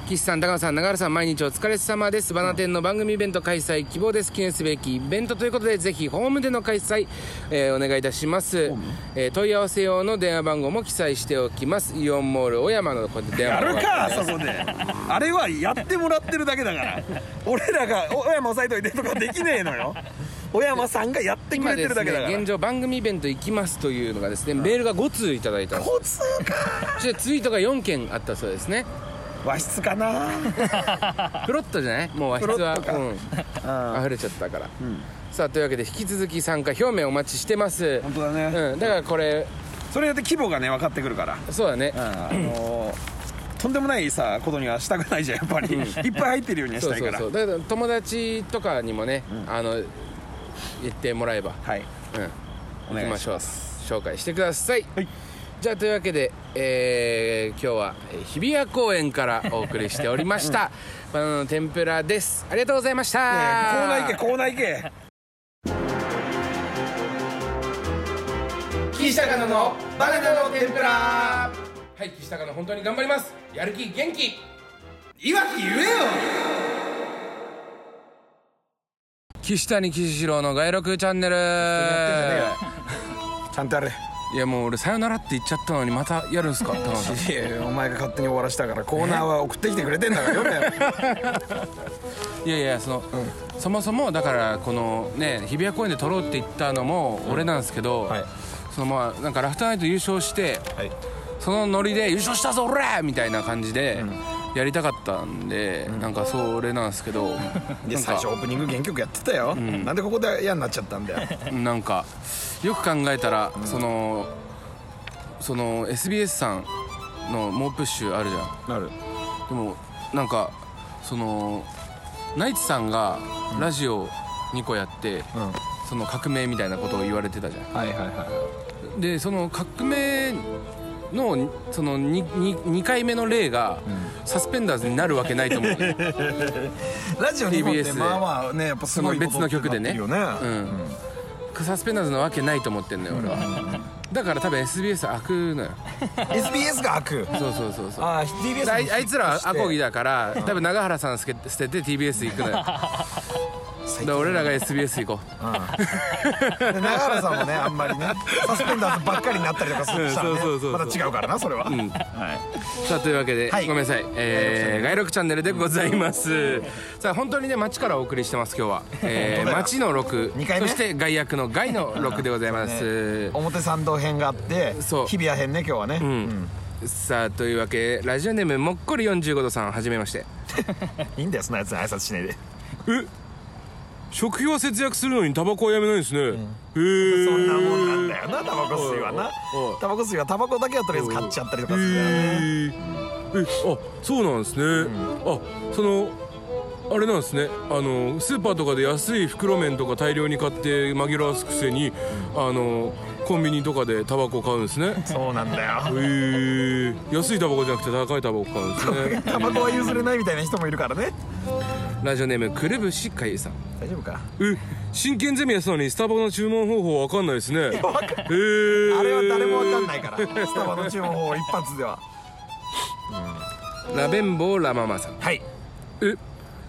岸さん高野さん長原さん毎日お疲れ様ですバナテンの番組イベント開催希望です記念すべきイベントということでぜひホームでの開催、えーお願いいたします、えー問い合わせ用の電話番号も記載しておきますイオンモール小山のこうやって電話や番号るかそこであれはやってもらってるだけだから俺らが「お小山押さえといて」とかできねえのよ小山さんがやってく今れてでるすだけだかねら現状番組イベント行きますというのがですねメールが5通いただいたんですコツかそしてツイートが4件あったそうですね和室かなプロットじゃないもう和室はプロットかうん、溢れちゃったから、さあというわけで引き続き参加表明お待ちしてま す本当だねうん、だからこれそれによって規模がね分かってくるからそうだね、あのーとんでもないさことにはしたくないじゃんやっぱりいっぱい入ってるようにはしそうたいそかうらそうだから友達とかにもね、あの言ってもらえばはいうんお願いし行きましょう紹介してください、はいじゃあというわけで、えー今日はえー日比谷公園からお送りしており ました、バナナの天ぷらですありがとうございましたコーナー行けコーナー行け岸高野のバナナの天ぷらはい岸高野本当に頑張りますやる気元気いわき言えよ岸谷岸四郎の外録チャンネルちゃんとやれいやもう俺さよならって言っちゃったのにまたやるんすか高野さんいやいやお前が勝手に終わらしたからコーナーは送ってきてくれてんだ から読めよいやいやその、そもそもだからこのね日比谷公園で撮ろうって言ったのも俺なんですけど、はいそのまあなんかラフターナイト優勝してはいそのノリで優勝したぞ俺らみたいな感じでやりたかったんで、なんかそれなん ですけど、でなん最か初オープニング原曲やってたよ、なんでここで嫌になっちゃったんだよなんかよく考えたら、そのその SBS さんの猛プッシュあるじゃんなるでもなんかそのナイツさんがラジオ2個やって、んその革命みたいなことを言われてたじゃはいはいはんでその革命のその 2, 2, 回目の例が、サスペンダーズになるわけないと思う、いラジオ日本って TBS でまあまあねやっぱすそごのい別の曲でねことになってうるよね、んサスペンダーズなわけないと思ってんのよ俺はだから多分 SBS 開くのよ SBS が開くそうそうそうそうああ TBS であいあいつらアコギだだから多分永原さん捨て捨てて TBS 行くのよだから俺らが SBS 行こう永原さんもねあんまりねサスペンダーズばっかりになったりとかするしたらねそうそうそうそうまた違うからなそれは、さあというわけで、はいごめんなさい、えー、外録チャンネルでございますさあ本当にね街からお送りしてます今日は、え本当ー、だよ街の六二回目そして外役の外の六でござ います、表参道編があってそう日比谷編ね今日はね、うんさあというわけでラジオネームもっこり45度さんはじめましていいんだよそんなやつに挨拶しないでえ食費は節約するのにタバコはやめないんですね、そんなへもんなんだよなタバコ吸いはなおいおいタバコ吸いはタバコだけはとりあえず買っちゃったりとかするからねええあそうなんですね、あそのあれなんですねあのスーパーとかで安い袋麺とか大量に買って紛らわすくせにあのコンビニとかでタバコ買うんです ねそうなんだよええ安いタバコじゃなくて高いタバコ買うんですねタバコは譲れないみたいな人もいるからねラジオネームくるぶしかゆさん大丈夫かえ真剣ゼミやすのにスタバの注文方法わかんないですねへあえれは誰もわかんないからスタバの注文法を一発ではラベンボーラママさんはいえ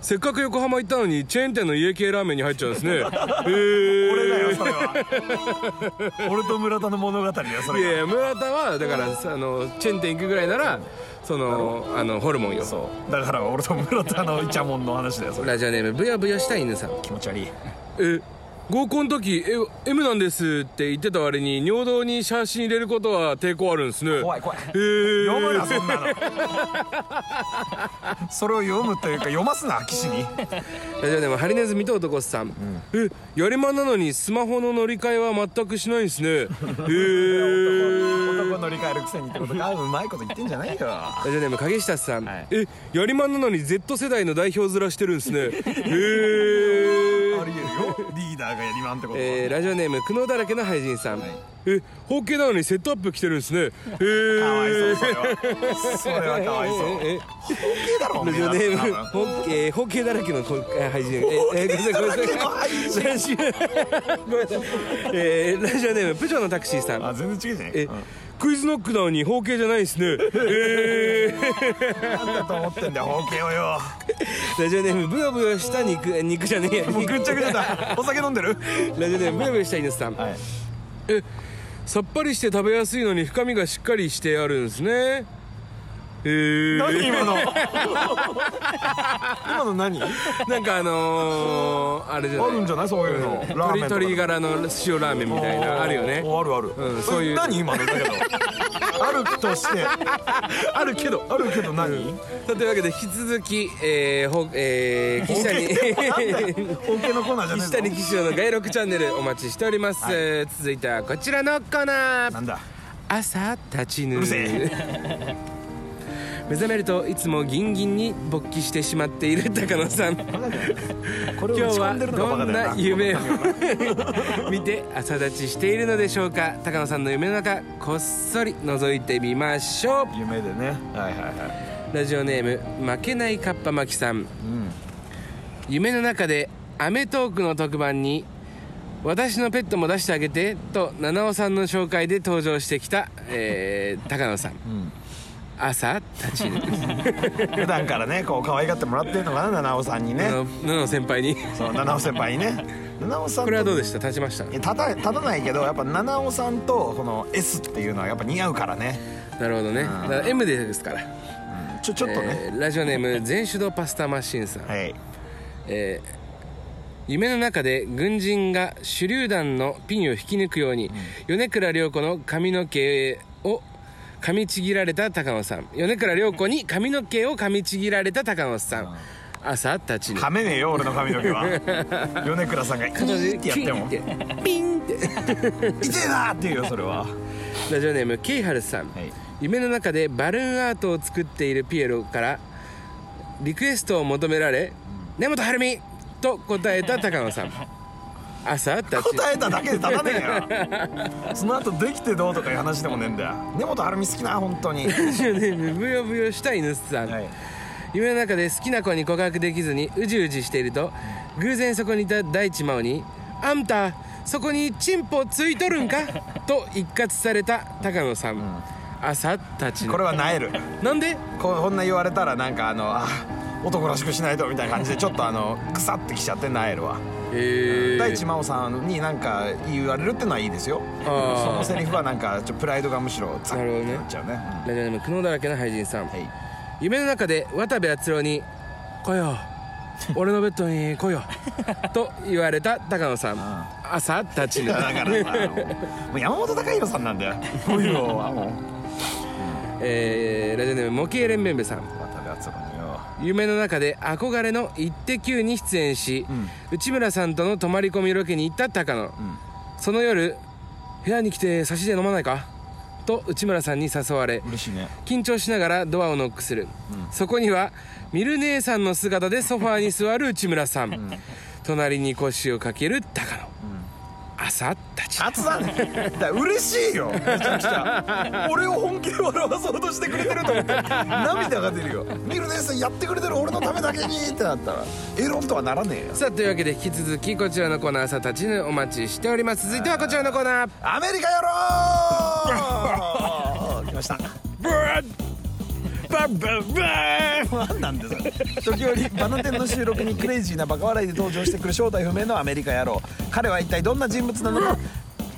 せっかく横浜行ったのにチェーン店の家系ラーメンに入っちゃうん ですねへえ俺だよそれは俺と村田の物語だよそいやいれがや村田はだからさあのチェーン店行くぐらいならそのあのホルモンよそうだから俺と村田のイチャモンの話だよそれラジオネームブヤブヤした犬さん気持ち悪いえ合コンの時え M なんですって言ってた割に尿道に写真入れることは抵抗あるんですね怖い怖いえー、読むなそんなのそれを読むというか読ますな岸にラジオネームハリネズミと男さん、えやりまんなのにスマホの乗り換えは全くしないんですねえー男乗り換えるくせにってことかうまいこと言ってんじゃないよラジオネーム影下さん、はいえやりまんなのに Z 世代の代表面してるんですねえーえありえるよリーダーがやりまんってことは、えーラジオネーム苦悩だらけの俳人さん、えホッケなのにセットアップ着てるんですねえーかわいそうそれはそれはかわいそうえーえいーいだろおラめえジオだネーム多分ホッケーホッケーだらけの こえー配信えーえーごめんなさいごめんなさいごめんなさい えーラジオネームプジョーのタクシーさあん全然違うじゃんえうんクイズノックなのにホッケーじゃないですねえーなんだと思ってんだよホケを よラジオネームブヨブヨした肉えー肉じゃねえやもうぐっちゃぐちゃだお酒飲んでるラジオネームブヨブヨした犬さんはいさっぱりして食べやすいのに深みがしっかりしてあるんですねえー何今 の今の何あなんかあのー、あれじゃないるんじゃないそういうのラーメン鶏とか鶏ガラの塩ラーメンみたいなあるよねおーあるある、うんそういうえ何今のだけど あるとしてあるけどあるけど何、というわけで引き続き、えーほえー、岸 谷オケのコーナーじゃねえぞ岸谷岸尾の外録チャンネルお待ちしております、えー続いてはこちらのコーナなーんだ朝立ちぬうるせえ 目覚めるといつもギンギンに勃起してしまっている高 野さんこれを打今日ち込はんでるのがバどカんだよなな夢を 見て朝立ちしているのでしょうか高野さんの夢の中こっそり覗いてみましょう夢でねはいはいはいラジオネーム負けないかっぱ巻きさん、夢の中で『アメトーーク』の特番に「私のペットも出してあげて」と七尾さんの紹介で登場してきた、えー高野さん、朝立ちぬ普段から ねこう可愛がってもらってるのかな七尾さんにね、の七尾先輩にそう七尾先輩にね七尾さんとこれはどうでした立ちましたいや立た立たないけどやっぱ七尾さんとこの S っていうのはやっぱ似合うからねなるほどねだから M ですから、ちょちょっとね、えーラジオネーム全手動パスタマシンさん、はいえー夢の中で軍人が手榴弾のピンを引き抜くように、米倉涼子の髪の毛を噛みちぎられた高野さん米倉涼子に髪の毛を噛みちぎられた高野さん、朝立ちに噛めねえよ俺の髪の毛 は米倉さんが「いい」ってやってもキュンってピンって「痛えな!」って言うよそれはラジオネームケイハルさん、はい夢の中でバルーンアートを作っているピエロからリクエストを求められ「根本晴美!」と答えた高野 さん朝立ち答えただけで立たね えよその後できてどうとかいう話でもねえんだよ根本晴美好きな本当にラジオネームブヨブヨした犬さん、はい夢の中で好きな子に告白できずにうじうじしていると偶然そこにいた大地真央に「あんたそこにチンポついと るんか?」と一括された高野さん、朝立ちこのれはなえるなんでここんな言われたらなんかあのあ男らしくしないとみたいな感じでちょっとあの腐ってきちゃってなえるわえー大地真央さんになんか言われるってのはいいですよそあーのセリフはなんかちょっとプライドがむしろザッなるほどねてなっちゃうねラジオネーム苦悩だらけの俳人さん、い夢の中で渡部篤郎に「来よ俺のベッドに来よ」と言われた高野さん朝立ちいぬやだからさもう山本貴弘さんなんだよこういうのはもうえーラジオネーム模型連綿部さん渡部篤郎によ夢の中で憧れの「イッテ Q!」に出演し、内村さんとの泊まり込みロケに行った高野、その夜「部屋に来て差しで飲まないか?」と内村さんに誘われ嬉しいね緊張しながらドアをノックする、そこにはミル姉さんの姿でソファーに座る内村さん、隣に腰をかける高野、朝立ち熱だねだから嬉しいよめちゃくちゃ俺を本気で笑わそうとしてくれてると思って涙が出るよミルネさんやってくれてる俺のためだけにってなったらエロとはならねえよさあというわけで引き続きこちらのコーナー朝立ちぬお待ちしております続いてはこちらのコーナーアメリカ野郎 来ましたブーバンバンバ何ンなんです時折バナテンの収録にクレイジーなバカ笑いで登場してくる正体不明のアメリカ野郎彼は一体どんな人物なの か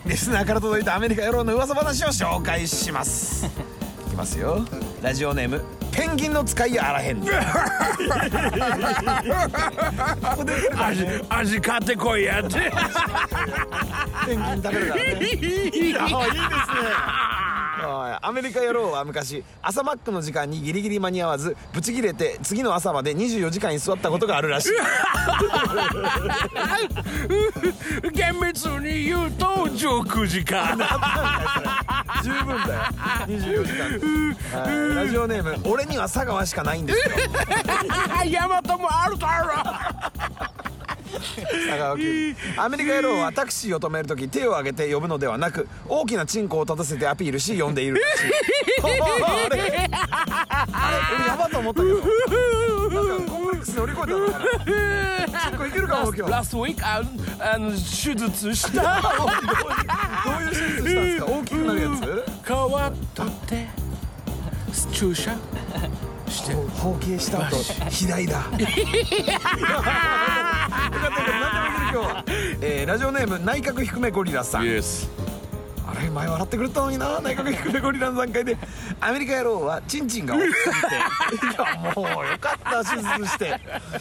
リスナーから届いたアメリカ野郎の噂話を紹介し ますいきますよラジオネームペンギンの使いやあら へんで味味買ってこいや ってペンギン食べるからねいいですねアメリカ野郎は昔朝マックの時間にギリギリ間に合わずブチギレて次の朝まで24時間に座ったことがあるらしい厳密に言うと19時間十分だよ24時間、はいラジオネーム俺には佐川しかないんですよ 大和もあるだろ中尾君アメリカ野郎はタクシーを止める時手を挙げて呼ぶのではなく大きなチンコを立たせてアピールし呼んでいるらしいあれあれ俺やばと思ったけどなんかコンプレックス乗り越えたのかなチンコいけるかも今日ラストウィークああの手術したどういう手術したんですか大きくなるや つ変わったって注射して包茎した後肥大だよかったよかった何でもいける今日は、えーラジオネーム内閣低めゴリラさんイエ スあれ前笑ってくれたのにな内閣低めゴリラの段階でアメリカ野郎はチンチンが大きすぎていやもうよかった手術して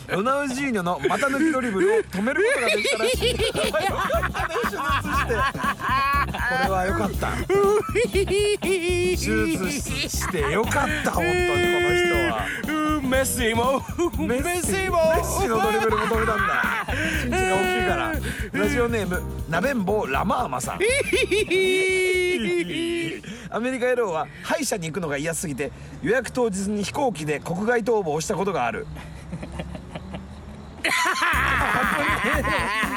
ロナウジーニョの股抜きドリブルを止めることができたらしいよかったね手術してこれはよかった手術 ししてよかった本当にこの人はメッシもメッシもメッシのドリブルも止めたんだチンチンが大きいからラジオネームなべんぼうラマーマさんアメリカ野郎は歯医者に行くのが嫌すぎて予約当日に飛行機で国外逃亡したことがある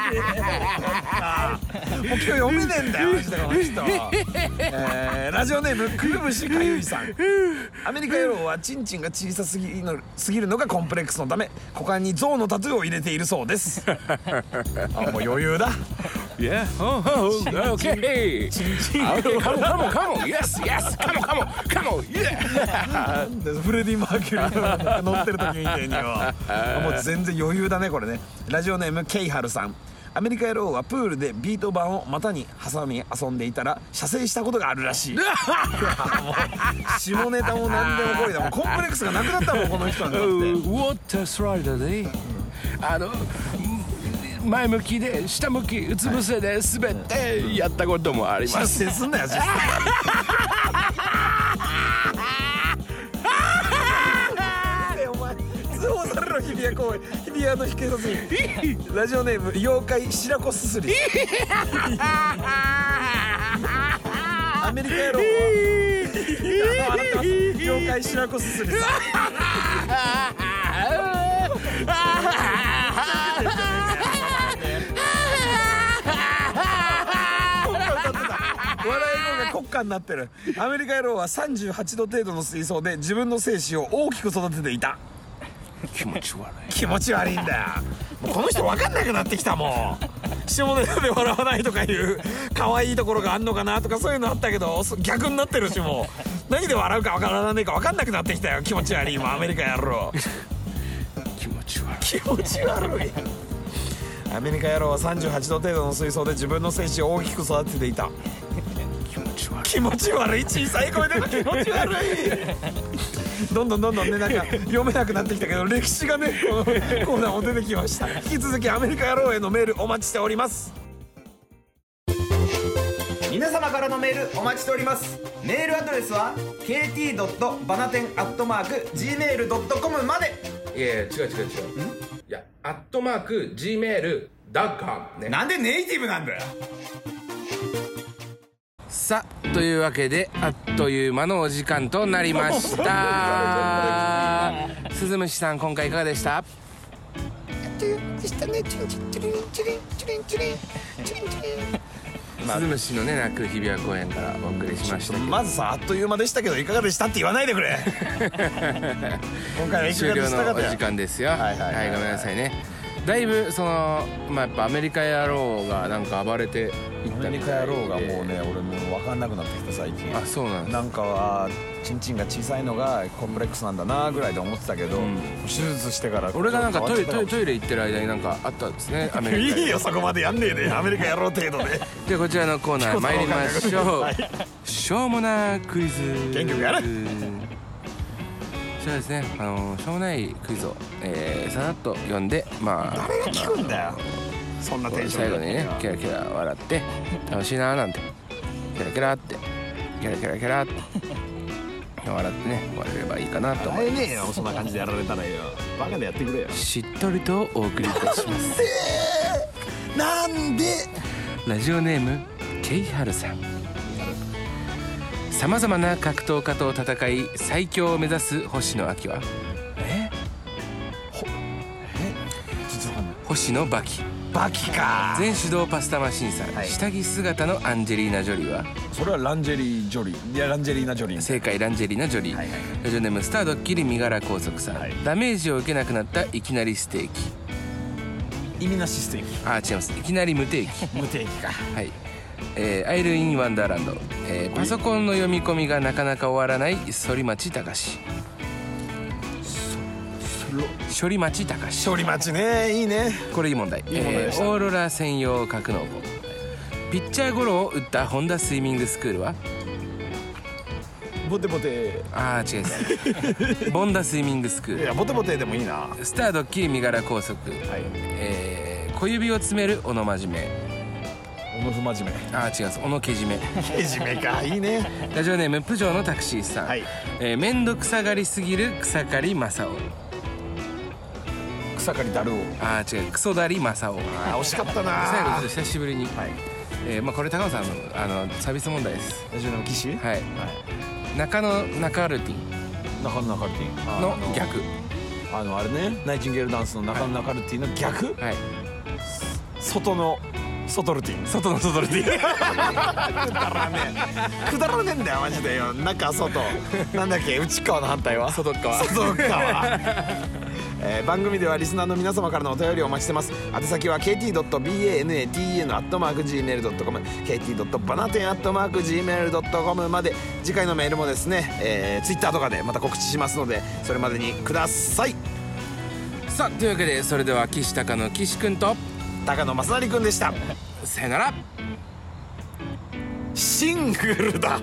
もう今日読めねえんだよマジでこの人、えーラジオネームくるぶしかゆいさんアメリカ野郎はチンチンが小さすぎのすぎるのがコンプレックスのため股間に象のタトゥーを入れているそうですあもう余裕だ Yeah. Oh, oh, oh, okay. Okay, come on, come on, come on. Yes, yes. Come on, come on, come on. Yeah. なんでフレディ・マーキュリーの乗ってる時みたいにはもう全然余裕だねこれねラジオネームケイハルさんアメリカ野郎はプールでビート板を股に挟み遊んでいたら射精したことがあるらしいいやもう下ネタも何でもこいだもうコンプレックスがなくなったもんこの人にとって Water slide で、あの、前向きで、下向き、うつ伏せで滑ってやったこともありま射す。精すんなよ実際お前通報されろ日比谷公園日比谷の警察にラジオネーム妖怪白子すすりアメリカ野郎は笑ってます妖怪白子すす りさん笑い声が国家になってるアメリカ野郎は38度程度の水槽で自分の精子を大きく育てていた気持ち悪気持ち悪いんだよもうこの人分かんなくなってきたもん下ネタで笑わないとかいう可愛いところがあんのかなとかそういうのあったけどそ逆になってるしもう何で笑うか分からないか分かんなくなってきたよ気持ち悪い今アメリカ野郎い。気持ち悪い。気持ち悪いアメリカ野郎は38度程度の水槽で自分の精子を大きく育てていた気持ち悪い。気持ち悪い小さい声でも気持ち悪いどんどんどんどんねなんか読めなくなってきたけど歴史がねこのコーナーも出てきました引き続きアメリカ野郎へのメールお待ちしております皆様からのメールお待ちしておりますメールアドレスは kt. バナテンアットマーク gmail.com までいやいや違う違う違う。いや、アットマーク Gmail ダッカンね。なんでネイティブなんだよさあというわけであっという間のお時間となりました鈴虫さん今回いかがでした鈴虫のね泣く日比谷公園からお送りしましたけどまずさあっという間でしたけどいかがでしたって言わないでくれ今回はいか終が了でしたのかおと時間ですよはいいはいはいごめんなさいねだいぶそのまあやっぱアメリカ野郎がなんか暴れていったみたいでね俺もう分かんなくなってきた最近あそうなんですなんかはチンチンが小さいのがコンプレックスなんだなぐらいで思ってたけど、手術してから俺がなんかトイレ変トわっイレトイレ行ってる間になんかあったんです ねアちメゃったリよカいいよそこまでやんねえでアメリカやろう程度ででこちらのコーナー参りましょう、はいしょうもなクイズ元気よくやれそうですねあのしょうもないクイズを、えー、さらっと読んでまあ誰が聞くんだよそんなテンション最後にねキラキラ笑って楽しいなーなんてキラキラってキラキラキラって笑ってね終われればいいかなと思会いえねえよそんな感じでやられたらよバカでやってくれよしっとりとお送りいたしますなんでラジオネームケイハルさんさまざまな格闘家と戦い最強を目指す星野亜紀はえ星野バキバキか全手動パスタマシンさん、はい下着姿のアンジェリーナ・ジョリーはそれはランジェリージョリーいやランジェリーナジョリー正解ランジェリーナ・ジョリー、はいはいラジオネームスタードッキリ身柄拘束さん、ダメージを受けなくなったいきなりステーキ意味なしステーあ違いますいきなり無定期キ無定期かはいえーアイル・イン・ワンダーランド、えーパソコンの読み込みがなかなか終わらない反町隆史処理町隆史勝利待ちねいいねこれいい問題い問題でえしーたオーロラ専用格納庫ピッチャーゴロを打ったホンダスイミングスクールはボテボテあー違います ボンダスイミングスクーいルやボテボテでもいいなスタードッキリ身柄拘束、えー小指を詰める小野真面目おのふ真面あー違います小野けじめ目けじめかいいねラジオネームプジョーのタクシーさん、はいえー、めんどくさがりすぎる草刈正雄草刈りだるおあー違うクソダリ正雄あ惜しかった最後ちょっなと久しぶりに、えーまあ、これ高尾さんのあのサービス問題ですラジオの騎士はいはい中野中ルティ中野カルティあのの逆あのあれねナイチンゲールダンスの中野カルティの逆はい外の外ルティ外の外ルティくだらねえんだよマジでよ中外なんだっけ内側の反対は外っ側外 側えー番組ではリスナーの皆様からのお便りをお待ちしてます宛先は kt.banatn.gmail.com kt.banaten.gmail.com まで次回のメールもですね、えー、Twitter とかでまた告知しますのでそれまでにくださいさあというわけでそれでは岸高の岸くんと高野正成君でしたさよならシングルだ